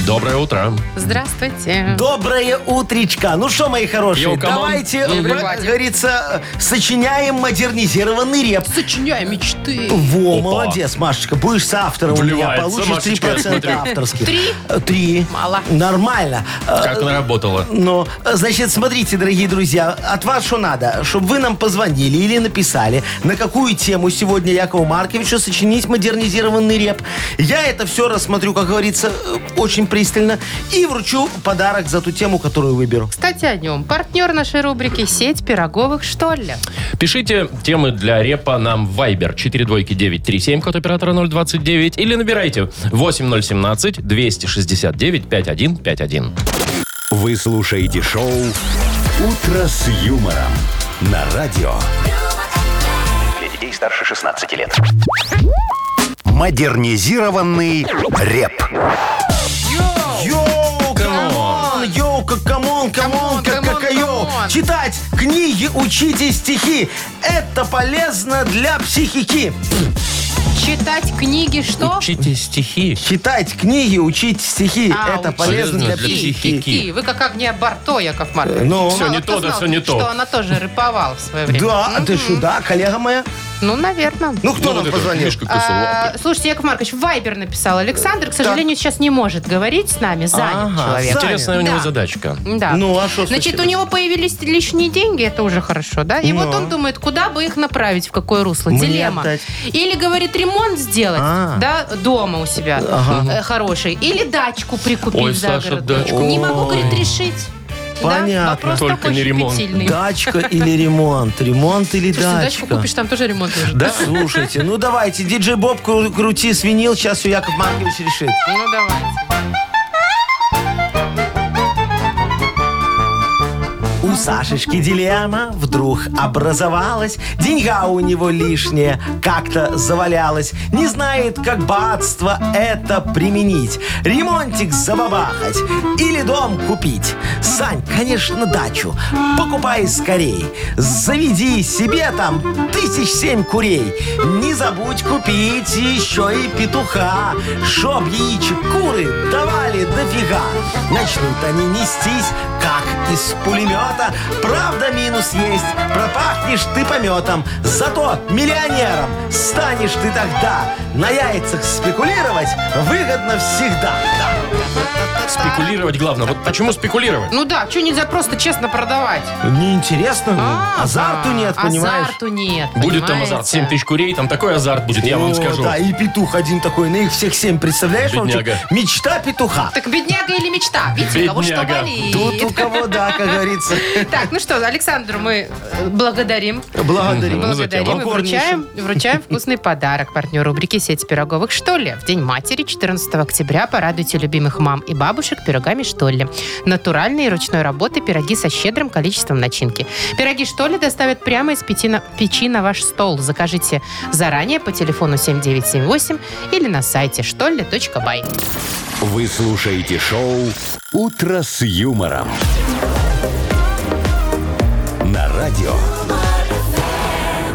[SPEAKER 2] Доброе утро.
[SPEAKER 3] Здравствуйте.
[SPEAKER 4] Доброе утречка. Ну что, мои хорошие,
[SPEAKER 2] Йоу, камон.
[SPEAKER 4] давайте, как
[SPEAKER 3] Everybody.
[SPEAKER 4] говорится, сочиняем модернизированный реп.
[SPEAKER 3] Сочиняй мечты.
[SPEAKER 4] Во,
[SPEAKER 2] Опа.
[SPEAKER 4] молодец, Машечка. Будешь с автора у меня.
[SPEAKER 2] Вливается,
[SPEAKER 4] Получишь
[SPEAKER 2] Машечка, я
[SPEAKER 4] 3%
[SPEAKER 2] смотрю.
[SPEAKER 4] авторских.
[SPEAKER 3] Три?
[SPEAKER 4] Э, Три.
[SPEAKER 3] Мало.
[SPEAKER 4] Нормально. Э,
[SPEAKER 2] Как наработала.
[SPEAKER 4] Ну, э, значит, смотрите, дорогие друзья, от вас что надо, чтобы вы нам позвонили или написали, на какую тему сегодня Якову Марковичу сочинить модернизированный реп. Я это все рассмотрю, как говорится, э, очень пристально и вручу подарок за ту тему, которую выберу.
[SPEAKER 3] Кстати, о нем. Партнер нашей рубрики «Сеть пироговых, что ли?»
[SPEAKER 2] Пишите темы для репа нам в Viber 42937, код оператора 029, или набирайте 8017-269-5151.
[SPEAKER 1] Вы слушаете шоу «Утро с юмором» на радио.
[SPEAKER 6] Для старше 16 лет.
[SPEAKER 1] Модернизированный рэп.
[SPEAKER 4] Йоу, камон, йоу, ка- камон, камон,
[SPEAKER 3] Камон,
[SPEAKER 4] ка-
[SPEAKER 3] камон,
[SPEAKER 4] какао.
[SPEAKER 3] камон.
[SPEAKER 4] Читать книги, учите стихи. Это полезно для психики.
[SPEAKER 3] Читать книги что?
[SPEAKER 2] Учите стихи.
[SPEAKER 4] Читать книги, учить стихи.
[SPEAKER 3] А,
[SPEAKER 4] это
[SPEAKER 3] учить
[SPEAKER 4] полезно для
[SPEAKER 2] стихи.
[SPEAKER 4] психики.
[SPEAKER 3] И вы как огня Барто, Яков Маркович.
[SPEAKER 4] Ну.
[SPEAKER 3] Мало
[SPEAKER 2] Всё не
[SPEAKER 3] кто
[SPEAKER 2] то, да
[SPEAKER 3] знал,
[SPEAKER 2] всё не то.
[SPEAKER 3] Что она тоже рыповала в свое время.
[SPEAKER 4] Да, а ты
[SPEAKER 3] Мгм.
[SPEAKER 4] сюда, коллега моя?
[SPEAKER 3] Ну, наверное.
[SPEAKER 4] Ну, кто нам позвонил?
[SPEAKER 3] А, слушайте, Яков Маркович, в Вайбер написал Александр. К сожалению, сейчас не может говорить с нами. Занят
[SPEAKER 4] Ага,
[SPEAKER 3] человек.
[SPEAKER 4] занят.
[SPEAKER 2] Интересная у него
[SPEAKER 3] Да.
[SPEAKER 2] задачка.
[SPEAKER 3] Да.
[SPEAKER 4] Ну, а что
[SPEAKER 3] Значит, у
[SPEAKER 4] случилось?
[SPEAKER 3] него появились лишние деньги, это уже хорошо, да? И
[SPEAKER 4] Ну.
[SPEAKER 3] вот он думает, куда бы их направить, в какое русло.
[SPEAKER 4] Мне
[SPEAKER 3] Дилемма.
[SPEAKER 4] отдать.
[SPEAKER 3] Или, говорит, ремонт сделать,
[SPEAKER 4] А.
[SPEAKER 3] да, дома у себя э, хороший. Или дачку прикупить
[SPEAKER 2] Ой,
[SPEAKER 3] за
[SPEAKER 2] Саша,
[SPEAKER 3] город.
[SPEAKER 2] дачку.
[SPEAKER 3] Не могу, говорит, решить. Да,
[SPEAKER 4] Понятно.
[SPEAKER 3] вопрос
[SPEAKER 2] Только
[SPEAKER 3] такой
[SPEAKER 2] не ремонт.
[SPEAKER 3] щепетильный.
[SPEAKER 4] Дачка или ремонт? Ремонт или
[SPEAKER 3] Слушай,
[SPEAKER 4] дачка?
[SPEAKER 3] дачку купишь, там тоже ремонт нужен.
[SPEAKER 4] Да, слушайте, ну давайте, диджей Боб кру- крути свинил, сейчас все Яков Маркович решит.
[SPEAKER 3] Ну, давайте.
[SPEAKER 4] У Сашечки дилемма вдруг образовалась. Деньга у него лишняя, как-то завалялась. Не знает, как богатство это применить. Ремонтик забабахать или дом купить. Сань, конечно, дачу. Покупай скорей. Заведи себе там тысяч семь курей. Не забудь купить еще и петуха, чтоб яичек куры давали дофига. Начнут они нестись, как из пулемета. Правда, минус есть, пропахнешь ты пометом. Зато миллионером станешь ты тогда. На яйцах спекулировать выгодно всегда.
[SPEAKER 2] Спекулировать главное. Вот почему спекулировать?
[SPEAKER 3] Ну да, что нельзя просто честно продавать?
[SPEAKER 4] Неинтересно,
[SPEAKER 3] А,
[SPEAKER 4] Ну, азарту
[SPEAKER 3] да,
[SPEAKER 4] нет, понимаешь?
[SPEAKER 3] Азарту нет,
[SPEAKER 2] Будет там азарт.
[SPEAKER 3] понимаете?
[SPEAKER 2] 7 тысяч курей, там такой азарт будет, я вам
[SPEAKER 4] О,
[SPEAKER 2] скажу.
[SPEAKER 4] Да, и петух один такой, на их всех семь, представляешь? Вовчик?
[SPEAKER 2] Бедняга.
[SPEAKER 4] Мечта петуха.
[SPEAKER 3] Так бедняга или мечта? Видите, у кого что
[SPEAKER 2] Бедняга.
[SPEAKER 3] болит.
[SPEAKER 4] Тут у кого, да, как говорится.
[SPEAKER 3] Так, ну что, Александру мы э, благодарим.
[SPEAKER 4] Благодарим.
[SPEAKER 2] Ну, за тебя.
[SPEAKER 3] Благодарим и вручаем, вручаем вкусный подарок партнеру рубрики «Сеть пироговых «Что ли?». В День матери 14 октября порадуйте любимых мам и бабушек пирогами «Что ли?». Натуральные и ручной работы пироги со щедрым количеством начинки. Пироги «Что ли?» доставят прямо из пяти на- печи на ваш стол. Закажите заранее по телефону 7978 или на сайте что ли точка бай.
[SPEAKER 1] Вы слушаете шоу «Утро с юмором». На радио.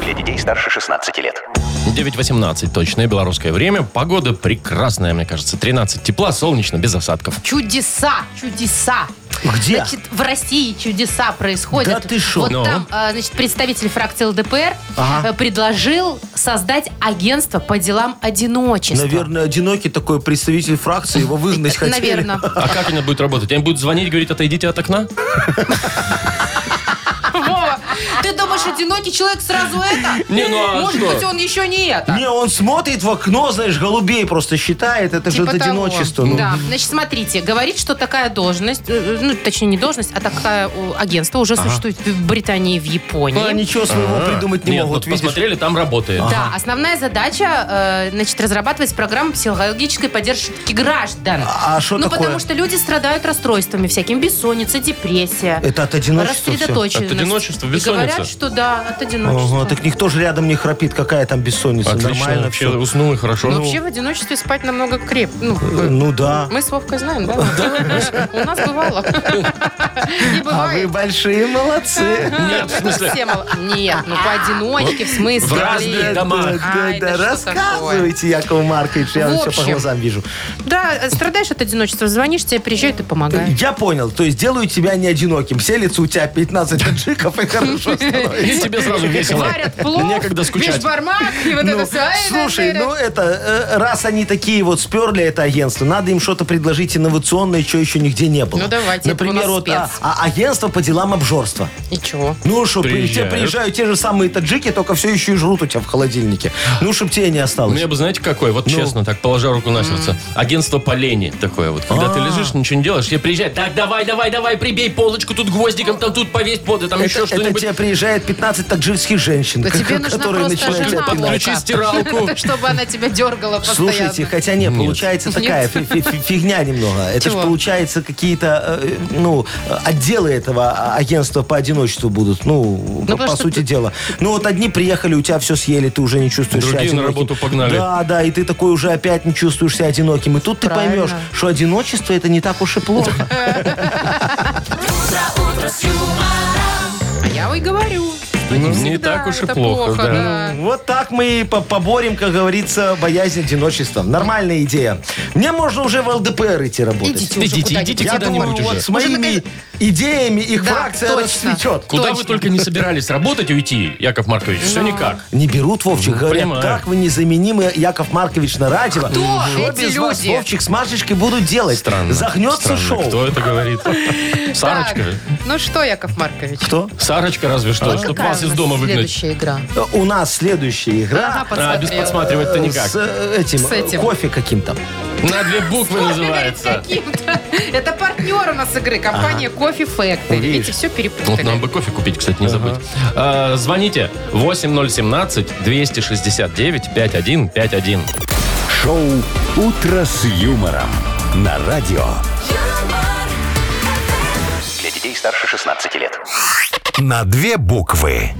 [SPEAKER 6] Для детей старше 16 лет.
[SPEAKER 2] 9.18 точное белорусское время. Погода прекрасная, мне кажется. 13 тепла, солнечно, без осадков.
[SPEAKER 3] Чудеса, чудеса.
[SPEAKER 4] Где?
[SPEAKER 3] Значит, в России чудеса происходят.
[SPEAKER 4] Да ты шо?
[SPEAKER 3] Вот
[SPEAKER 2] Ну.
[SPEAKER 3] там, а, значит, представитель фракции ЛДПР
[SPEAKER 4] Ага.
[SPEAKER 3] э, предложил создать агентство по делам одиночества. Э,
[SPEAKER 4] Наверное, одинокий такой представитель фракции, его выгнать хотели.
[SPEAKER 3] [LAUGHS]
[SPEAKER 4] [LAUGHS]
[SPEAKER 3] Наверное.
[SPEAKER 2] А как она будет работать? Они будут звонить, говорить, отойдите от окна?
[SPEAKER 3] Вова, ты думаешь, одинокий человек сразу это?
[SPEAKER 2] Не, ну а
[SPEAKER 3] Может
[SPEAKER 2] что?
[SPEAKER 3] быть, он еще не это.
[SPEAKER 4] Не, он смотрит в окно, знаешь, голубей просто считает. Это же
[SPEAKER 3] Типа
[SPEAKER 4] от
[SPEAKER 3] того.
[SPEAKER 4] одиночества. ну.
[SPEAKER 3] Да, значит, смотрите, говорит, что такая должность, э, ну, точнее, не должность, а такое э, агентство уже существует в Британии и в Японии.
[SPEAKER 4] А, ничего своего придумать не
[SPEAKER 2] Нет, ну,
[SPEAKER 4] могут,
[SPEAKER 2] вот
[SPEAKER 4] видишь? А,
[SPEAKER 2] посмотрели, там работает.
[SPEAKER 3] Да, основная задача, э, значит, разрабатывать программу психологической поддержки граждан.
[SPEAKER 4] А что
[SPEAKER 3] ну,
[SPEAKER 4] такое?
[SPEAKER 3] потому что люди страдают расстройствами всякими, бессонница, депрессия.
[SPEAKER 4] Это от одиночества все.
[SPEAKER 3] рассредоточенность.
[SPEAKER 2] От одиночества,
[SPEAKER 3] И говорят,
[SPEAKER 2] бессонница.
[SPEAKER 3] что да, от одиночества.
[SPEAKER 4] Ага, так никто же рядом не храпит, какая там бессонница.
[SPEAKER 2] Отлично,
[SPEAKER 4] Нормально
[SPEAKER 2] вообще
[SPEAKER 4] всё.
[SPEAKER 2] уснул и хорошо. Ну,
[SPEAKER 3] Но Ну, вообще в одиночестве спать намного креп. Ну,
[SPEAKER 4] Ну да.
[SPEAKER 3] мы с Вовкой знаем, да? У нас бывало. Не
[SPEAKER 4] А вы
[SPEAKER 3] бывает.
[SPEAKER 4] большие молодцы.
[SPEAKER 3] а, [LAUGHS]
[SPEAKER 2] Нет, в смысле,
[SPEAKER 3] Все мало- Нет, ну поодиночке, в смысле.
[SPEAKER 2] В разные
[SPEAKER 3] блин.
[SPEAKER 2] дома.
[SPEAKER 4] Да, да,
[SPEAKER 3] Ай,
[SPEAKER 4] да,
[SPEAKER 3] да что такое.
[SPEAKER 4] рассказывайте, Яков Маркович, я
[SPEAKER 3] В
[SPEAKER 4] все по
[SPEAKER 3] общем.
[SPEAKER 4] глазам вижу.
[SPEAKER 3] Да, страдаешь от одиночества, звонишь, тебе приезжают и помогают.
[SPEAKER 4] Я понял, то есть делаю тебя не одиноким. Селится у тебя [LAUGHS] 15 таджиков и хорошо
[SPEAKER 2] и
[SPEAKER 4] становится.
[SPEAKER 2] тебе сразу весело.
[SPEAKER 3] Варят плов,
[SPEAKER 2] Некогда скучать.
[SPEAKER 3] бешбармак и вот
[SPEAKER 4] Ну,
[SPEAKER 3] это все. Ай,
[SPEAKER 4] слушай,
[SPEAKER 3] да, да,
[SPEAKER 4] ну
[SPEAKER 3] да.
[SPEAKER 4] это, э, раз они такие вот сперли это агентство, надо им что-то предложить инновационное, что еще нигде не было.
[SPEAKER 3] Ну, давайте, это у
[SPEAKER 4] Например,
[SPEAKER 3] нас
[SPEAKER 4] вот а,
[SPEAKER 3] спец.
[SPEAKER 4] а- агентство по делам обжорства.
[SPEAKER 3] И чего?
[SPEAKER 4] Ну, чтобы тебе
[SPEAKER 2] Приезжают.
[SPEAKER 4] приезжают те же самые таджики, только все еще и жрут у тебя в холодильнике. Ну, чтобы тебе не осталось.
[SPEAKER 2] Мне бы, знаете, какой?
[SPEAKER 4] Ну.
[SPEAKER 2] Вот честно, так, положа руку на сердце. Агентство по лени такое вот. Когда
[SPEAKER 4] А.
[SPEAKER 2] ты лежишь, ничего не делаешь, тебе приезжает. Так, давай, давай, давай, прибей полочку тут гвоздиком, там тут повесь под, там
[SPEAKER 4] Это,
[SPEAKER 2] еще
[SPEAKER 4] это
[SPEAKER 2] что-нибудь.
[SPEAKER 4] тебе приезжает 15 таджикских женщин.
[SPEAKER 3] Да
[SPEAKER 4] [LAUGHS] Как
[SPEAKER 3] Ну, тебе
[SPEAKER 4] мастер, который начинает тебя
[SPEAKER 2] жена.
[SPEAKER 4] пинать.
[SPEAKER 2] Подключи стиралку.
[SPEAKER 3] [LAUGHS] Чтобы она тебя дергала постоянно.
[SPEAKER 4] Слушайте, хотя не, получается такая фи- фи- фи- фигня немного. Это же
[SPEAKER 3] Чего?
[SPEAKER 4] получается какие-то, э, ну, э, отделы этого а- агентства по одиночеству будут. Ну, по-
[SPEAKER 3] потому
[SPEAKER 4] по
[SPEAKER 3] что
[SPEAKER 4] сути
[SPEAKER 3] ты-
[SPEAKER 4] дела. Ну, вот одни приехали, у тебя все съели, ты уже не чувствуешь
[SPEAKER 2] Другие
[SPEAKER 4] себя
[SPEAKER 2] на
[SPEAKER 4] одиноким.
[SPEAKER 2] работу погнали.
[SPEAKER 4] Да, да, и ты такой уже опять не чувствуешь себя одиноким. И тут ты
[SPEAKER 3] Правильно.
[SPEAKER 4] поймешь, что одиночество это не так уж
[SPEAKER 3] [LAUGHS]
[SPEAKER 4] и плохо.
[SPEAKER 3] А я и говорю. что
[SPEAKER 2] Ну, не
[SPEAKER 3] всегда
[SPEAKER 2] так уж и
[SPEAKER 3] это
[SPEAKER 2] плохо, да.
[SPEAKER 4] Вот так мы и по- поборем, как говорится, боязнь одиночества. Нормальная идея. Мне можно уже в ЛДПР идти работать.
[SPEAKER 3] Идите уже
[SPEAKER 2] Идите,
[SPEAKER 3] куда-нибудь.
[SPEAKER 2] идите
[SPEAKER 4] Я думаю,
[SPEAKER 2] куда-нибудь
[SPEAKER 4] вот
[SPEAKER 2] уже.
[SPEAKER 4] с моими идеями их
[SPEAKER 3] Да,
[SPEAKER 4] фракция
[SPEAKER 3] точно.
[SPEAKER 4] расцветет.
[SPEAKER 2] Куда вы только не собирались работать и уйти, Яков Маркович, все никак.
[SPEAKER 4] Не берут, Вовчик, говорят,
[SPEAKER 2] понимаю.
[SPEAKER 4] как вы незаменимы, Яков Маркович, на радио.
[SPEAKER 3] Кто
[SPEAKER 4] Что
[SPEAKER 3] эти
[SPEAKER 4] без вас,
[SPEAKER 3] люди?
[SPEAKER 4] Вовчик, с Машечкой будут делать?
[SPEAKER 2] Странно.
[SPEAKER 4] Загнется
[SPEAKER 2] Странно.
[SPEAKER 4] шоу.
[SPEAKER 2] Кто это
[SPEAKER 4] [LAUGHS]
[SPEAKER 2] говорит?
[SPEAKER 3] Так,
[SPEAKER 2] Сарочка?
[SPEAKER 3] ну что, Яков Маркович?
[SPEAKER 4] Кто?
[SPEAKER 2] Сарочка разве что, чтобы
[SPEAKER 3] Какая
[SPEAKER 2] вас
[SPEAKER 3] у
[SPEAKER 2] из
[SPEAKER 3] нас
[SPEAKER 2] дома выгнать.
[SPEAKER 3] Следующая игра.
[SPEAKER 4] У нас следующая
[SPEAKER 3] Ага,
[SPEAKER 4] игра
[SPEAKER 2] А, без
[SPEAKER 3] подсмотрела.
[SPEAKER 2] подсматривать-то никак.
[SPEAKER 4] с э, этим,
[SPEAKER 3] С этим.
[SPEAKER 4] кофе каким-то.
[SPEAKER 2] На две буквы называется.
[SPEAKER 3] Каким-то. Это партнер у нас игры, компания Кофе Factory. Видите, все
[SPEAKER 2] Вот нам
[SPEAKER 3] перепутали.
[SPEAKER 2] бы кофе купить, кстати, не забыть. А, Звоните 8017-269-5151.
[SPEAKER 1] Шоу «Утро с юмором» на радио.
[SPEAKER 6] Для детей старше 16 лет.
[SPEAKER 1] На две буквы.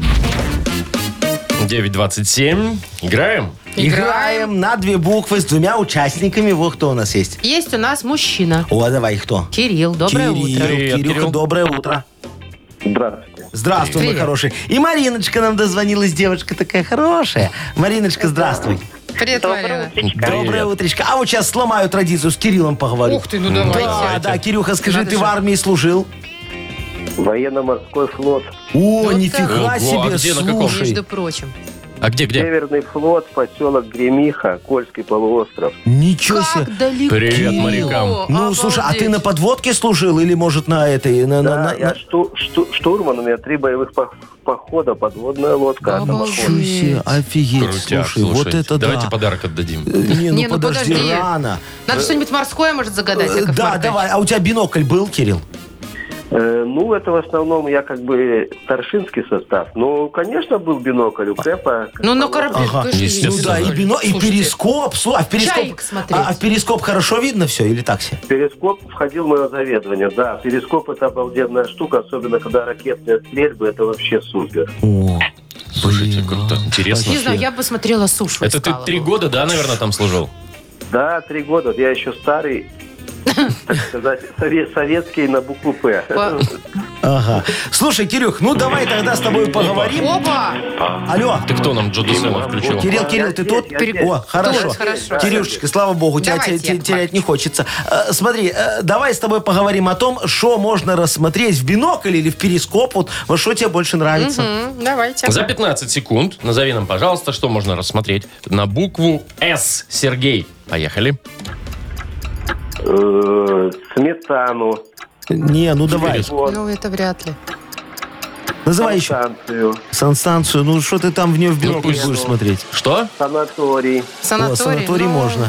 [SPEAKER 2] 927. Играем?
[SPEAKER 4] Играем на две буквы с двумя участниками. Вот кто у нас есть.
[SPEAKER 3] Есть у нас мужчина.
[SPEAKER 4] О, давай, кто?
[SPEAKER 3] Кирилл, доброе
[SPEAKER 4] Кирилл.
[SPEAKER 3] утро.
[SPEAKER 2] Привет,
[SPEAKER 4] Кирюха,
[SPEAKER 2] Кирилл.
[SPEAKER 4] доброе утро.
[SPEAKER 8] Здравствуйте.
[SPEAKER 4] Здравствуй, мой
[SPEAKER 3] Привет.
[SPEAKER 4] хороший. И Мариночка нам дозвонилась, девочка такая хорошая. Мариночка, здравствуй.
[SPEAKER 3] Привет, Марина.
[SPEAKER 4] Доброе утречко. А вот сейчас сломаю традицию, с Кириллом поговорю.
[SPEAKER 3] Ух ты, ну давайте.
[SPEAKER 4] Да, да, Кирюха, скажи,
[SPEAKER 3] Надо
[SPEAKER 4] ты
[SPEAKER 3] же.
[SPEAKER 4] в армии служил?
[SPEAKER 8] Военно-морской флот.
[SPEAKER 4] О,
[SPEAKER 3] Вот
[SPEAKER 4] нифига
[SPEAKER 2] так. Ого, а
[SPEAKER 4] себе,
[SPEAKER 2] где, на каком?
[SPEAKER 3] Между
[SPEAKER 4] слушай.
[SPEAKER 3] прочим.
[SPEAKER 2] А где, где?
[SPEAKER 8] Северный флот, поселок Гремиха, Кольский полуостров.
[SPEAKER 4] Ничего себе.
[SPEAKER 3] Как далеко.
[SPEAKER 2] Привет морякам.
[SPEAKER 3] О,
[SPEAKER 4] Ну, слушай, а ты на
[SPEAKER 3] обалдеть.
[SPEAKER 4] подводке служил или, может, на этой? на- на-
[SPEAKER 8] Да,
[SPEAKER 4] на-
[SPEAKER 8] я шту- шту- штурман, у меня три боевых по- похода, подводная лодка.
[SPEAKER 3] Обалдеть.
[SPEAKER 4] Ничего себе, офигеть,
[SPEAKER 2] Крутяк,
[SPEAKER 4] слушай, вот
[SPEAKER 2] слушайте.
[SPEAKER 4] это
[SPEAKER 2] Давайте
[SPEAKER 4] да.
[SPEAKER 2] подарок отдадим.
[SPEAKER 4] Э, Не, ну,
[SPEAKER 3] Не, ну
[SPEAKER 4] подожди,
[SPEAKER 3] подожди.
[SPEAKER 4] рано.
[SPEAKER 3] Надо что-нибудь морское, может, загадать,
[SPEAKER 4] Э,
[SPEAKER 3] Яков
[SPEAKER 4] Да,
[SPEAKER 3] Маркович?
[SPEAKER 4] давай, а у тебя бинокль был, Кирилл?
[SPEAKER 8] Э, ну, это в основном я как бы старшинский состав. Но, конечно, был бинокль у Кэпа.
[SPEAKER 3] Ну, на корабле.
[SPEAKER 4] Ага.
[SPEAKER 3] ты же не
[SPEAKER 2] Естественно.
[SPEAKER 4] Ну да, и
[SPEAKER 3] видел.
[SPEAKER 4] бино, и
[SPEAKER 3] Слушайте,
[SPEAKER 4] перископ. слу- А в перископ,
[SPEAKER 3] Чайк смотреть.
[SPEAKER 4] а, а в перископ хорошо видно все или так себе?
[SPEAKER 8] Перископ входил в мое заведование. Да, перископ это обалденная штука, особенно когда ракетные стрельбы, это вообще супер.
[SPEAKER 4] О,
[SPEAKER 2] Слушайте, круто. Интересно.
[SPEAKER 3] Не знаю, я бы смотрела сушу.
[SPEAKER 2] Это ты
[SPEAKER 3] искала
[SPEAKER 2] три
[SPEAKER 3] бы.
[SPEAKER 2] года, да, наверное, там служил?
[SPEAKER 8] Да, три года. Я еще старый, так сказать, сове- советский на букву П.
[SPEAKER 3] По-
[SPEAKER 4] Ага. Слушай, Кирюх, ну давай тогда с тобой поговорим.
[SPEAKER 3] Опа!
[SPEAKER 4] Алло.
[SPEAKER 2] Ты кто нам Джо Дусема включил?
[SPEAKER 4] Кирилл, Кирилл, ты тут?
[SPEAKER 8] Я здесь.
[SPEAKER 4] О, хорошо.
[SPEAKER 3] Тут, хорошо.
[SPEAKER 4] Кирюшечка, слава богу, тебя
[SPEAKER 3] Давайте,
[SPEAKER 4] те- те-
[SPEAKER 3] Яков
[SPEAKER 4] терять не хочется. Э, Смотри, э, давай с тобой поговорим о том, что можно рассмотреть в бинокль или в перископ, вот во что тебе больше нравится.
[SPEAKER 3] М, Давайте.
[SPEAKER 2] За 15 секунд назови нам, пожалуйста, что можно рассмотреть на букву «С». Сергей, поехали.
[SPEAKER 8] Э, Сметану,
[SPEAKER 4] Не, ну давай.
[SPEAKER 2] Перископ.
[SPEAKER 8] вот,
[SPEAKER 3] Ну, это вряд ли.
[SPEAKER 4] Называй еще.
[SPEAKER 8] станцию,
[SPEAKER 4] Санстанцию. Ну что ты там в нее в бинокль
[SPEAKER 2] пусть-
[SPEAKER 4] будешь смотреть?
[SPEAKER 2] Что?
[SPEAKER 8] санаторий,
[SPEAKER 3] Санаторий.
[SPEAKER 4] О, санаторий
[SPEAKER 3] ну,
[SPEAKER 4] можно.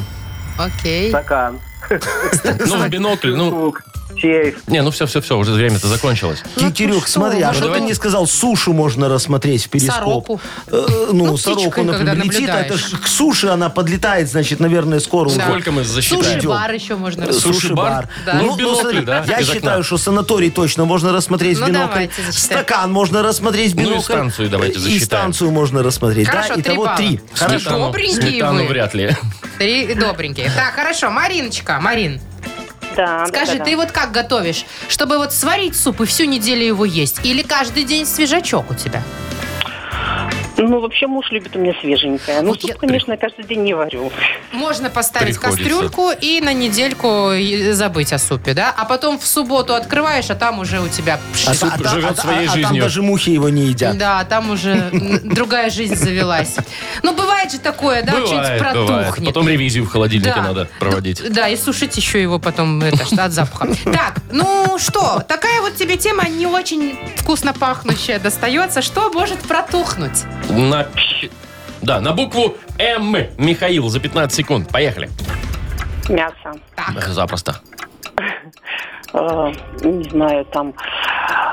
[SPEAKER 3] Окей.
[SPEAKER 8] стакан,
[SPEAKER 2] Ну, в бинокль, ну...
[SPEAKER 8] тук, сейф.
[SPEAKER 2] Не, ну все-все-все, уже время-то закончилось.
[SPEAKER 4] Ки-
[SPEAKER 3] Ну,
[SPEAKER 4] Кирюх,
[SPEAKER 3] что
[SPEAKER 4] смотри,
[SPEAKER 3] вы,
[SPEAKER 4] а что ты
[SPEAKER 2] давайте.
[SPEAKER 4] мне сказал? Сушу можно рассмотреть в перископ.
[SPEAKER 3] Сороку.
[SPEAKER 4] Э, ну,
[SPEAKER 3] Ну,
[SPEAKER 4] сороку,
[SPEAKER 3] птичкой, когда
[SPEAKER 4] например, летит. а
[SPEAKER 3] наблюдаешь.
[SPEAKER 4] Это ж к суше она подлетает, значит, наверное, скоро уже.
[SPEAKER 2] Сколько мы засчитаем?
[SPEAKER 4] Слушай,
[SPEAKER 3] Суши-бар еще можно
[SPEAKER 4] Э,
[SPEAKER 3] рассмотреть.
[SPEAKER 2] Суши-бар?
[SPEAKER 3] Да.
[SPEAKER 2] Ну,
[SPEAKER 4] Ну,
[SPEAKER 2] в
[SPEAKER 4] ну,
[SPEAKER 2] бинокль,
[SPEAKER 4] смотри,
[SPEAKER 2] да,
[SPEAKER 4] я
[SPEAKER 2] из окна.
[SPEAKER 4] считаю, что санаторий точно можно рассмотреть
[SPEAKER 3] Ну,
[SPEAKER 4] в бинокль.
[SPEAKER 3] давайте засчитаем.
[SPEAKER 4] Стакан можно рассмотреть в
[SPEAKER 2] Ну, и
[SPEAKER 4] бинокль. Э,
[SPEAKER 2] станцию давайте засчитаем.
[SPEAKER 4] И станцию можно рассмотреть.
[SPEAKER 3] Хорошо,
[SPEAKER 4] да,
[SPEAKER 3] три
[SPEAKER 4] итого
[SPEAKER 3] балла.
[SPEAKER 4] три. Хорошо.
[SPEAKER 2] Сметану-
[SPEAKER 3] Добренькие
[SPEAKER 2] Сметану
[SPEAKER 3] вы.
[SPEAKER 2] вряд ли.
[SPEAKER 3] Три добренькие. Так, хорошо. Мариночка, Марин,
[SPEAKER 7] Да,
[SPEAKER 5] А
[SPEAKER 3] скажи,
[SPEAKER 7] да, да.
[SPEAKER 3] ты вот как готовишь? Чтобы вот сварить суп и всю неделю его есть? Или каждый день свежачок у тебя?
[SPEAKER 7] Ну, вообще муж любит у меня свеженькое. Ну,
[SPEAKER 3] Вот
[SPEAKER 7] суп,
[SPEAKER 3] я-
[SPEAKER 7] конечно, я каждый день не варю.
[SPEAKER 3] Можно поставить
[SPEAKER 2] Приходится.
[SPEAKER 3] кастрюльку и на недельку и забыть о супе, да? А потом в субботу открываешь, а там уже у тебя... пш-
[SPEAKER 4] А,
[SPEAKER 2] Суп
[SPEAKER 4] та- а та-
[SPEAKER 2] живет
[SPEAKER 4] а та-
[SPEAKER 2] своей
[SPEAKER 4] а там
[SPEAKER 2] жизнью.
[SPEAKER 4] даже мухи его не едят.
[SPEAKER 3] Да, там уже м, другая жизнь завелась. Ну, бывает же такое, да? Что-нибудь
[SPEAKER 2] Бывает, бывает.
[SPEAKER 3] протухнет.
[SPEAKER 2] Потом ревизию в холодильнике надо проводить.
[SPEAKER 3] Да, и сушить еще его потом это, что, от запаха. Так, ну что, такая вот тебе тема не очень вкусно пахнущая достается. Что может протухнуть?
[SPEAKER 2] На... Да, на букву М. Михаил, за 15 секунд. Поехали.
[SPEAKER 7] Мясо.
[SPEAKER 3] Так,
[SPEAKER 2] Запросто.
[SPEAKER 7] Э, не знаю, там...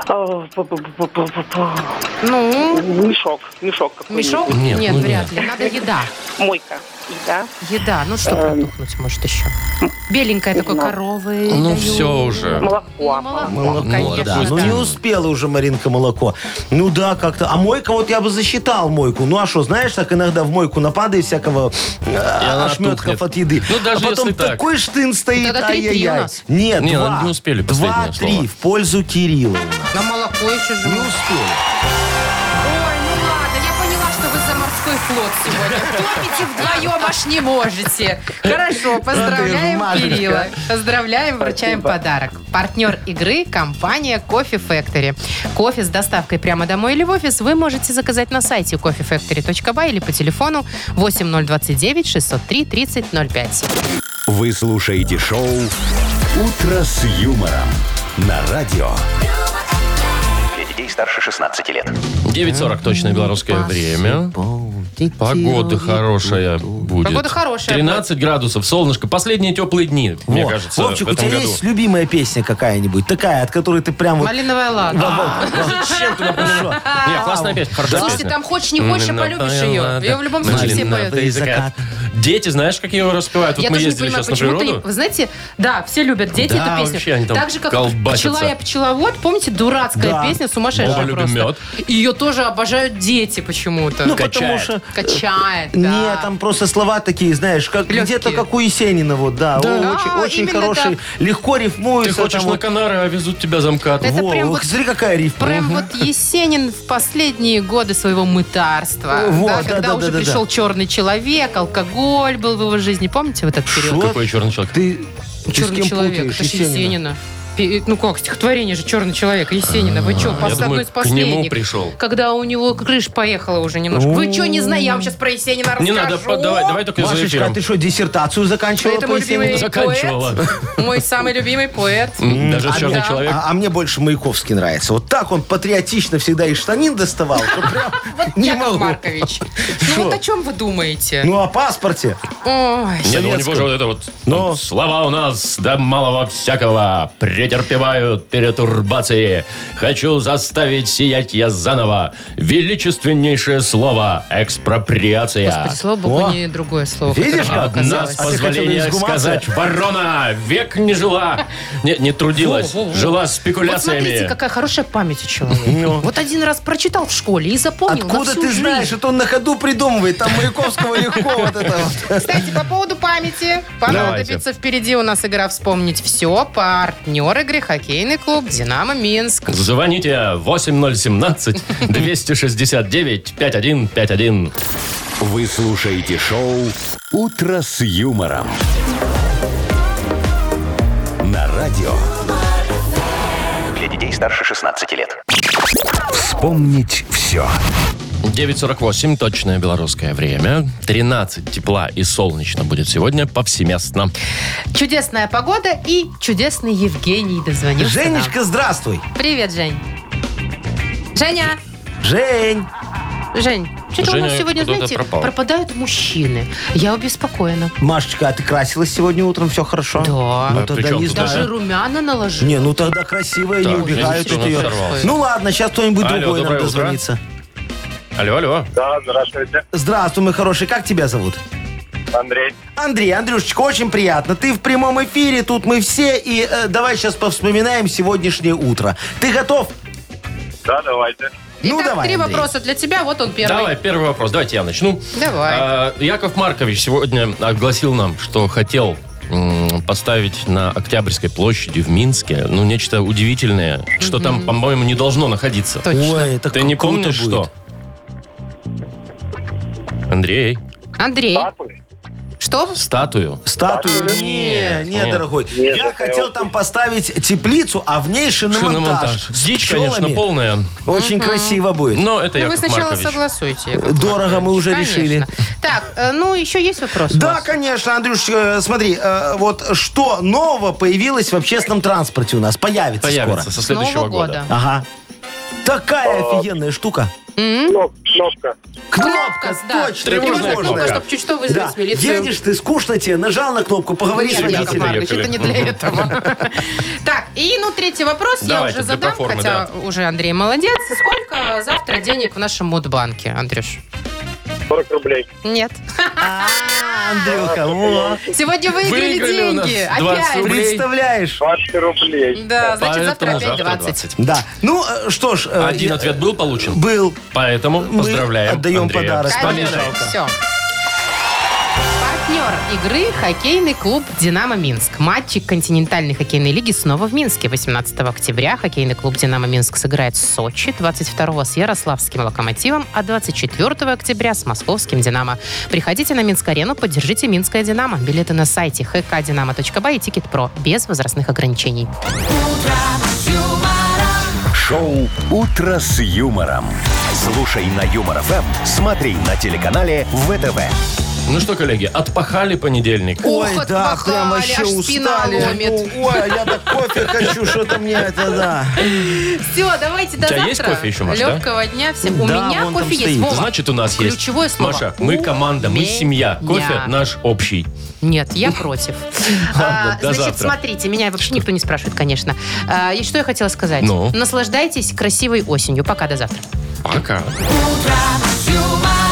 [SPEAKER 7] э, бу- бу- бу- бу- бу- бу-
[SPEAKER 3] Ну,
[SPEAKER 7] Мешок. Мешок какой-нибудь.
[SPEAKER 3] мешок?
[SPEAKER 2] Нет,
[SPEAKER 3] Нет,
[SPEAKER 2] ну
[SPEAKER 3] вряд ли. Надо еда.
[SPEAKER 7] Мойка. Еда.
[SPEAKER 3] Еда. Ну, что протухнуть может еще? Беленькая такой
[SPEAKER 7] знаю.
[SPEAKER 3] коровы.
[SPEAKER 2] Ну,
[SPEAKER 3] дают.
[SPEAKER 2] все уже.
[SPEAKER 7] Молоко.
[SPEAKER 3] Молоко,
[SPEAKER 2] Молоко,
[SPEAKER 3] конечно.
[SPEAKER 2] да.
[SPEAKER 4] Ну, не успела уже Маринка молоко. Ну да, как-то. А мойка, вот я бы засчитал мойку. Ну а что, знаешь, так иногда в мойку нападает всякого э,
[SPEAKER 2] она тухнет.
[SPEAKER 4] ошметков от еды.
[SPEAKER 2] Ну, даже
[SPEAKER 4] а потом
[SPEAKER 2] если так.
[SPEAKER 4] такой штын стоит,
[SPEAKER 3] Тогда три-три у
[SPEAKER 4] ай-яй-яй.
[SPEAKER 3] нас.
[SPEAKER 4] Нет,
[SPEAKER 2] Не,
[SPEAKER 4] два.
[SPEAKER 2] ну, не успели последнее слово.
[SPEAKER 4] Два-три в пользу Кирилла.
[SPEAKER 3] На молоко еще же.
[SPEAKER 4] Не
[SPEAKER 3] Ой,
[SPEAKER 4] успели.
[SPEAKER 3] ну ладно, я поняла, что вы за морской флот сегодня. Топите вдвоем, аж не можете. Хорошо, поздравляем
[SPEAKER 4] Ну ты ж, Машечка.
[SPEAKER 3] Кирилла. Поздравляем, вручаем подарок. Партнер игры – компания Coffee Factory. Кофе с доставкой прямо домой или в офис вы можете заказать на сайте coffeefactory.by или по телефону 8029 603 3005.
[SPEAKER 1] Вы слушаете шоу «Утро с юмором» на радио.
[SPEAKER 6] Для детей старше 16 лет.
[SPEAKER 2] 9.40 точное белорусское время. Погода хорошая будет.
[SPEAKER 3] Погода хорошая
[SPEAKER 2] 13 градусов, солнышко. Последние теплые дни, мне
[SPEAKER 4] Во.
[SPEAKER 2] кажется,
[SPEAKER 4] Вовчик,
[SPEAKER 2] в
[SPEAKER 4] у
[SPEAKER 2] этом
[SPEAKER 4] тебя
[SPEAKER 2] году.
[SPEAKER 4] есть любимая песня какая-нибудь? Такая, от которой ты прям вот...
[SPEAKER 3] Малиновая лада.
[SPEAKER 2] Зачем ты напоминаешь? Не, классная песня, хорошая
[SPEAKER 3] Слушайте,
[SPEAKER 2] песня.
[SPEAKER 3] там хочешь не хочешь, а полюбишь ее. Ее в любом случае все
[SPEAKER 2] Малиновый
[SPEAKER 3] поют.
[SPEAKER 2] закат. Дети, знаешь, как ее раскрывают? Вот
[SPEAKER 3] Я
[SPEAKER 2] ну, мы
[SPEAKER 3] тоже не
[SPEAKER 2] ездили
[SPEAKER 3] понимаю,
[SPEAKER 2] сейчас на
[SPEAKER 3] почему-то не...
[SPEAKER 2] природу.
[SPEAKER 3] Вы знаете, да, все любят дети
[SPEAKER 2] Да,
[SPEAKER 3] эту песню.
[SPEAKER 2] вообще они там
[SPEAKER 3] так же, как
[SPEAKER 2] колбасятся.
[SPEAKER 3] «Пчела я пчеловод», помните, дурацкая
[SPEAKER 4] Да.
[SPEAKER 3] песня, сумасшедшая
[SPEAKER 2] Боба любит
[SPEAKER 3] просто.
[SPEAKER 2] мед.
[SPEAKER 3] Ее тоже обожают дети почему-то.
[SPEAKER 4] Ну, потому
[SPEAKER 2] Качает.
[SPEAKER 4] что...
[SPEAKER 3] Качает, да.
[SPEAKER 4] Нет, там просто слова такие, знаешь, как
[SPEAKER 3] Легкие.
[SPEAKER 4] где-то как у Есенина, вот, да.
[SPEAKER 3] Да, А,
[SPEAKER 4] О, очень очень
[SPEAKER 3] именно
[SPEAKER 4] хороший,
[SPEAKER 3] так.
[SPEAKER 4] легко
[SPEAKER 2] Ты
[SPEAKER 4] рифмуется.
[SPEAKER 2] хочешь
[SPEAKER 4] там
[SPEAKER 2] на
[SPEAKER 4] вот.
[SPEAKER 2] Канары, а везут тебя замкат.
[SPEAKER 3] Это
[SPEAKER 4] Во,
[SPEAKER 3] прям
[SPEAKER 4] ух,
[SPEAKER 3] вот-
[SPEAKER 4] смотри, какая рифма.
[SPEAKER 3] Прям вот Есенин в последние годы своего мытарства.
[SPEAKER 4] Вот,
[SPEAKER 3] да,
[SPEAKER 4] да,
[SPEAKER 3] когда
[SPEAKER 4] да,
[SPEAKER 3] уже
[SPEAKER 4] да, да,
[SPEAKER 3] пришел черный человек, алкоголь был в его жизни. Помните вот этот период?
[SPEAKER 4] Шо?
[SPEAKER 2] Какой черный человек?
[SPEAKER 4] Ты, ты с
[SPEAKER 3] Черный
[SPEAKER 4] кем
[SPEAKER 3] человек,
[SPEAKER 4] путаешь?
[SPEAKER 3] это ж Есенина. Пи- Ну как, стихотворение же «Черный человек» Есенина. Вы что,
[SPEAKER 2] Я
[SPEAKER 3] одно
[SPEAKER 2] думаю,
[SPEAKER 3] из
[SPEAKER 2] к нему
[SPEAKER 3] последних?
[SPEAKER 2] пришел.
[SPEAKER 3] Когда у него крыша поехала уже немножко. Вы что, не знаете? Я вам сейчас про Есенина расскажу.
[SPEAKER 2] Не надо, по- давай, давай только за
[SPEAKER 4] Машечка, а
[SPEAKER 2] эфиром.
[SPEAKER 4] ты что, диссертацию заканчивала
[SPEAKER 3] Это
[SPEAKER 4] по
[SPEAKER 3] мой любимый
[SPEAKER 4] Есенину?
[SPEAKER 2] Заканчивала.
[SPEAKER 3] поэт. [LAUGHS] Мой самый любимый поэт.
[SPEAKER 2] М, Даже черный
[SPEAKER 3] да.
[SPEAKER 2] человек.
[SPEAKER 4] А, а мне больше Маяковский нравится. Вот так он патриотично всегда из штанин доставал.
[SPEAKER 3] [LAUGHS]
[SPEAKER 4] что прям не
[SPEAKER 3] Яков
[SPEAKER 4] могу.
[SPEAKER 3] Маркович. Ну
[SPEAKER 4] Шо?
[SPEAKER 3] вот о чем вы думаете?
[SPEAKER 4] Ну, о паспорте.
[SPEAKER 3] Ой,
[SPEAKER 2] Нет, ну у него
[SPEAKER 4] советском.
[SPEAKER 2] же вот это вот.
[SPEAKER 4] Но.
[SPEAKER 2] там Слова у нас до малого всякого претерпевают перетурбации. Хочу заставить сиять я заново. Величественнейшее слово экспроприация.
[SPEAKER 3] Господи, слава богу,
[SPEAKER 4] О.
[SPEAKER 3] не другое слово.
[SPEAKER 4] Видишь,
[SPEAKER 3] которое
[SPEAKER 4] как?
[SPEAKER 2] Одна с
[SPEAKER 3] оказалось.
[SPEAKER 4] А ты хотела
[SPEAKER 2] позволения
[SPEAKER 4] изгуматься?
[SPEAKER 2] сказать ворона век не
[SPEAKER 3] [LAUGHS]
[SPEAKER 2] жила, не, не трудилась,
[SPEAKER 3] Во, во, во.
[SPEAKER 2] жила
[SPEAKER 3] Вот смотрите,
[SPEAKER 2] спекуляциями.
[SPEAKER 3] какая хорошая память у человека. Вот один раз прочитал в школе и запомнил на
[SPEAKER 4] Откуда
[SPEAKER 3] всю
[SPEAKER 4] ты
[SPEAKER 3] жизнь.
[SPEAKER 4] знаешь? Это он на ходу придумывает. Там Маяковского легко вот это вот.
[SPEAKER 3] Кстати, по поводу памяти.
[SPEAKER 2] Давайте.
[SPEAKER 3] Понадобится впереди у нас игра «Вспомнить все». Партнер игры «Хоккейный клуб «Динамо Минск».
[SPEAKER 2] Звоните 8017-269-5151.
[SPEAKER 1] Вы слушаете шоу «Утро с юмором» на радио.
[SPEAKER 6] Для детей старше 16 лет.
[SPEAKER 1] Вспомнить все.
[SPEAKER 2] 9.48, точное белорусское время. 13 тепла и солнечно будет сегодня повсеместно.
[SPEAKER 3] Чудесная погода и чудесный Евгений дозвонился
[SPEAKER 4] Женечка, здравствуй.
[SPEAKER 3] нам. Привет, Жень. Женя,
[SPEAKER 4] Жень.
[SPEAKER 3] Жень, что-то у нас
[SPEAKER 2] Женя
[SPEAKER 3] сегодня,
[SPEAKER 2] куда-то
[SPEAKER 3] знаете,
[SPEAKER 2] пропал.
[SPEAKER 3] пропадают мужчины. Я обеспокоена.
[SPEAKER 4] Машечка, а ты красилась сегодня утром? Все хорошо?
[SPEAKER 3] Да.
[SPEAKER 4] Ну,
[SPEAKER 2] А при
[SPEAKER 4] тогда
[SPEAKER 2] чем
[SPEAKER 4] не
[SPEAKER 2] тут
[SPEAKER 3] Даже
[SPEAKER 4] знаю. румяна
[SPEAKER 3] румяна наложила.
[SPEAKER 4] Не, ну тогда красивая, не
[SPEAKER 2] Так,
[SPEAKER 4] убегают
[SPEAKER 2] извините,
[SPEAKER 4] от
[SPEAKER 2] что
[SPEAKER 4] ее.
[SPEAKER 2] нас сорвалось.
[SPEAKER 4] Ну ладно, сейчас кто-нибудь
[SPEAKER 2] Алло,
[SPEAKER 4] другой
[SPEAKER 2] доброе
[SPEAKER 4] нам
[SPEAKER 2] утро.
[SPEAKER 4] дозвонится.
[SPEAKER 2] Алло, алло.
[SPEAKER 10] Да, здравствуйте,
[SPEAKER 4] Здравствуй, мой хороший, как тебя зовут?
[SPEAKER 10] Андрей.
[SPEAKER 4] Андрей, Андрюшечка, очень приятно. Ты в прямом эфире, тут мы все. И э, давай сейчас повспоминаем сегодняшнее утро. Ты готов?
[SPEAKER 10] Да, давайте.
[SPEAKER 4] ну
[SPEAKER 3] Итак,
[SPEAKER 4] давай,
[SPEAKER 3] три
[SPEAKER 4] Андрей.
[SPEAKER 3] вопроса для тебя, вот он первый.
[SPEAKER 2] Давай, первый вопрос. Давайте я начну.
[SPEAKER 3] Давай.
[SPEAKER 2] А, Яков Маркович сегодня огласил нам, что хотел м, поставить на Октябрьской площади в Минске, ну, нечто удивительное, что там, по-моему, не должно находиться.
[SPEAKER 3] Точно.
[SPEAKER 4] Ой, это
[SPEAKER 2] Ты не
[SPEAKER 4] круто
[SPEAKER 2] помнишь,
[SPEAKER 4] будет.
[SPEAKER 2] что? Андрей,
[SPEAKER 3] Андрей, что?
[SPEAKER 2] статую.
[SPEAKER 4] Статую? Не,
[SPEAKER 2] Нет,
[SPEAKER 4] не,
[SPEAKER 2] нет.
[SPEAKER 4] дорогой. Я хотел там поставить теплицу, а в ней шиномонтаж.
[SPEAKER 2] Шиномонтаж.
[SPEAKER 4] С
[SPEAKER 2] Дичь,
[SPEAKER 4] пчелами.
[SPEAKER 2] конечно, полная,
[SPEAKER 4] Очень красиво будет.
[SPEAKER 2] но это
[SPEAKER 3] Ну, вы
[SPEAKER 2] Яков
[SPEAKER 3] сначала
[SPEAKER 2] Маркович.
[SPEAKER 3] согласуйте. Яков
[SPEAKER 4] Дорого мы уже
[SPEAKER 3] Конечно.
[SPEAKER 4] решили.
[SPEAKER 3] Так, э, ну еще есть вопрос? у
[SPEAKER 4] Да,
[SPEAKER 3] вас?
[SPEAKER 4] конечно, Андрюш, э, смотри, э, вот что нового появилось в общественном транспорте у нас? Появится,
[SPEAKER 2] Появится
[SPEAKER 4] скоро.
[SPEAKER 2] со следующего
[SPEAKER 3] Нового
[SPEAKER 2] года.
[SPEAKER 3] года.
[SPEAKER 4] Ага. Такая офигенная штука.
[SPEAKER 10] Э, Кноп- Кнопка.
[SPEAKER 3] А,
[SPEAKER 4] Кнопка,
[SPEAKER 3] да.
[SPEAKER 4] точно,
[SPEAKER 2] Тревожная
[SPEAKER 4] тревожная.
[SPEAKER 2] кнопка,
[SPEAKER 3] чтобы чуть что вызвать
[SPEAKER 4] Да.
[SPEAKER 3] милицию.
[SPEAKER 4] Едешь ты, скучно тебе, нажал на кнопку, поговори с
[SPEAKER 3] Нет, Яков
[SPEAKER 4] водителем.
[SPEAKER 3] Маркович, это не для этого. Так, и ну третий вопрос я
[SPEAKER 2] Давайте,
[SPEAKER 3] уже
[SPEAKER 2] для
[SPEAKER 3] задам,
[SPEAKER 2] проформы,
[SPEAKER 3] хотя уже Андрей молодец. Сколько завтра денег в нашем модбанке, Андрюш?
[SPEAKER 10] 40 рублей.
[SPEAKER 3] Нет. [LAUGHS]
[SPEAKER 4] А, Андрюха, во.
[SPEAKER 3] Сегодня выиграли
[SPEAKER 2] Выиграли у нас
[SPEAKER 3] деньги.
[SPEAKER 2] 20
[SPEAKER 3] Опять.
[SPEAKER 2] рублей.
[SPEAKER 4] представляешь?
[SPEAKER 10] 20 рублей.
[SPEAKER 3] Да, значит, завтра
[SPEAKER 2] Поэтому
[SPEAKER 3] опять
[SPEAKER 2] завтра
[SPEAKER 3] 20.
[SPEAKER 4] Да. Ну, э, что ж. э,
[SPEAKER 2] Один
[SPEAKER 4] я-
[SPEAKER 2] ответ был получен.
[SPEAKER 4] Был.
[SPEAKER 2] Поэтому
[SPEAKER 4] Мы
[SPEAKER 2] поздравляем
[SPEAKER 4] отдаем
[SPEAKER 2] Андрея.
[SPEAKER 4] подарок.
[SPEAKER 2] С
[SPEAKER 4] Конечно.
[SPEAKER 2] победой.
[SPEAKER 3] Все. Партнер игры – хоккейный клуб «Динамо Минск». Матчик континентальной хоккейной лиги снова в Минске. 18 октября хоккейный клуб «Динамо Минск» сыграет с Сочи, 22 с Ярославским «Локомотивом», а 24 октября с московским «Динамо». Приходите на Минск-арену, поддержите «Минское Динамо». Билеты на сайте hkdinamo.by и Тикет Про без возрастных ограничений.
[SPEAKER 1] Шоу «Утро с юмором». Слушай на Юмор ФМ, смотри на телеканале ВТВ.
[SPEAKER 2] Ну что, коллеги, отпахали понедельник.
[SPEAKER 4] Ой,
[SPEAKER 3] Ох,
[SPEAKER 4] да,
[SPEAKER 3] отпахали,
[SPEAKER 4] прям вообще
[SPEAKER 3] аж спина
[SPEAKER 4] устали.
[SPEAKER 3] ломит.
[SPEAKER 4] Ну, Ой, я так кофе хочу, что-то мне это, да.
[SPEAKER 3] Все, давайте
[SPEAKER 2] У тебя
[SPEAKER 3] до завтра.
[SPEAKER 2] есть кофе еще, Маш, да?
[SPEAKER 3] Легкого дня всем. У
[SPEAKER 4] Да,
[SPEAKER 3] меня
[SPEAKER 4] вон там
[SPEAKER 3] кофе есть.
[SPEAKER 4] стоит.
[SPEAKER 3] Вова.
[SPEAKER 2] Значит, у нас есть.
[SPEAKER 3] Ключевое слово.
[SPEAKER 2] Маша, мы команда, мы
[SPEAKER 3] У-ме-ня.
[SPEAKER 2] семья. Кофе наш общий.
[SPEAKER 3] Нет, я против.
[SPEAKER 2] Ладно,
[SPEAKER 3] А,
[SPEAKER 2] до
[SPEAKER 3] Значит,
[SPEAKER 2] завтра.
[SPEAKER 3] смотрите, меня вообще никто не спрашивает, конечно. А, И что я хотела сказать?
[SPEAKER 2] Ну?
[SPEAKER 3] Наслаждайтесь красивой осенью. Пока, до завтра.
[SPEAKER 2] Пока.
[SPEAKER 11] юмор.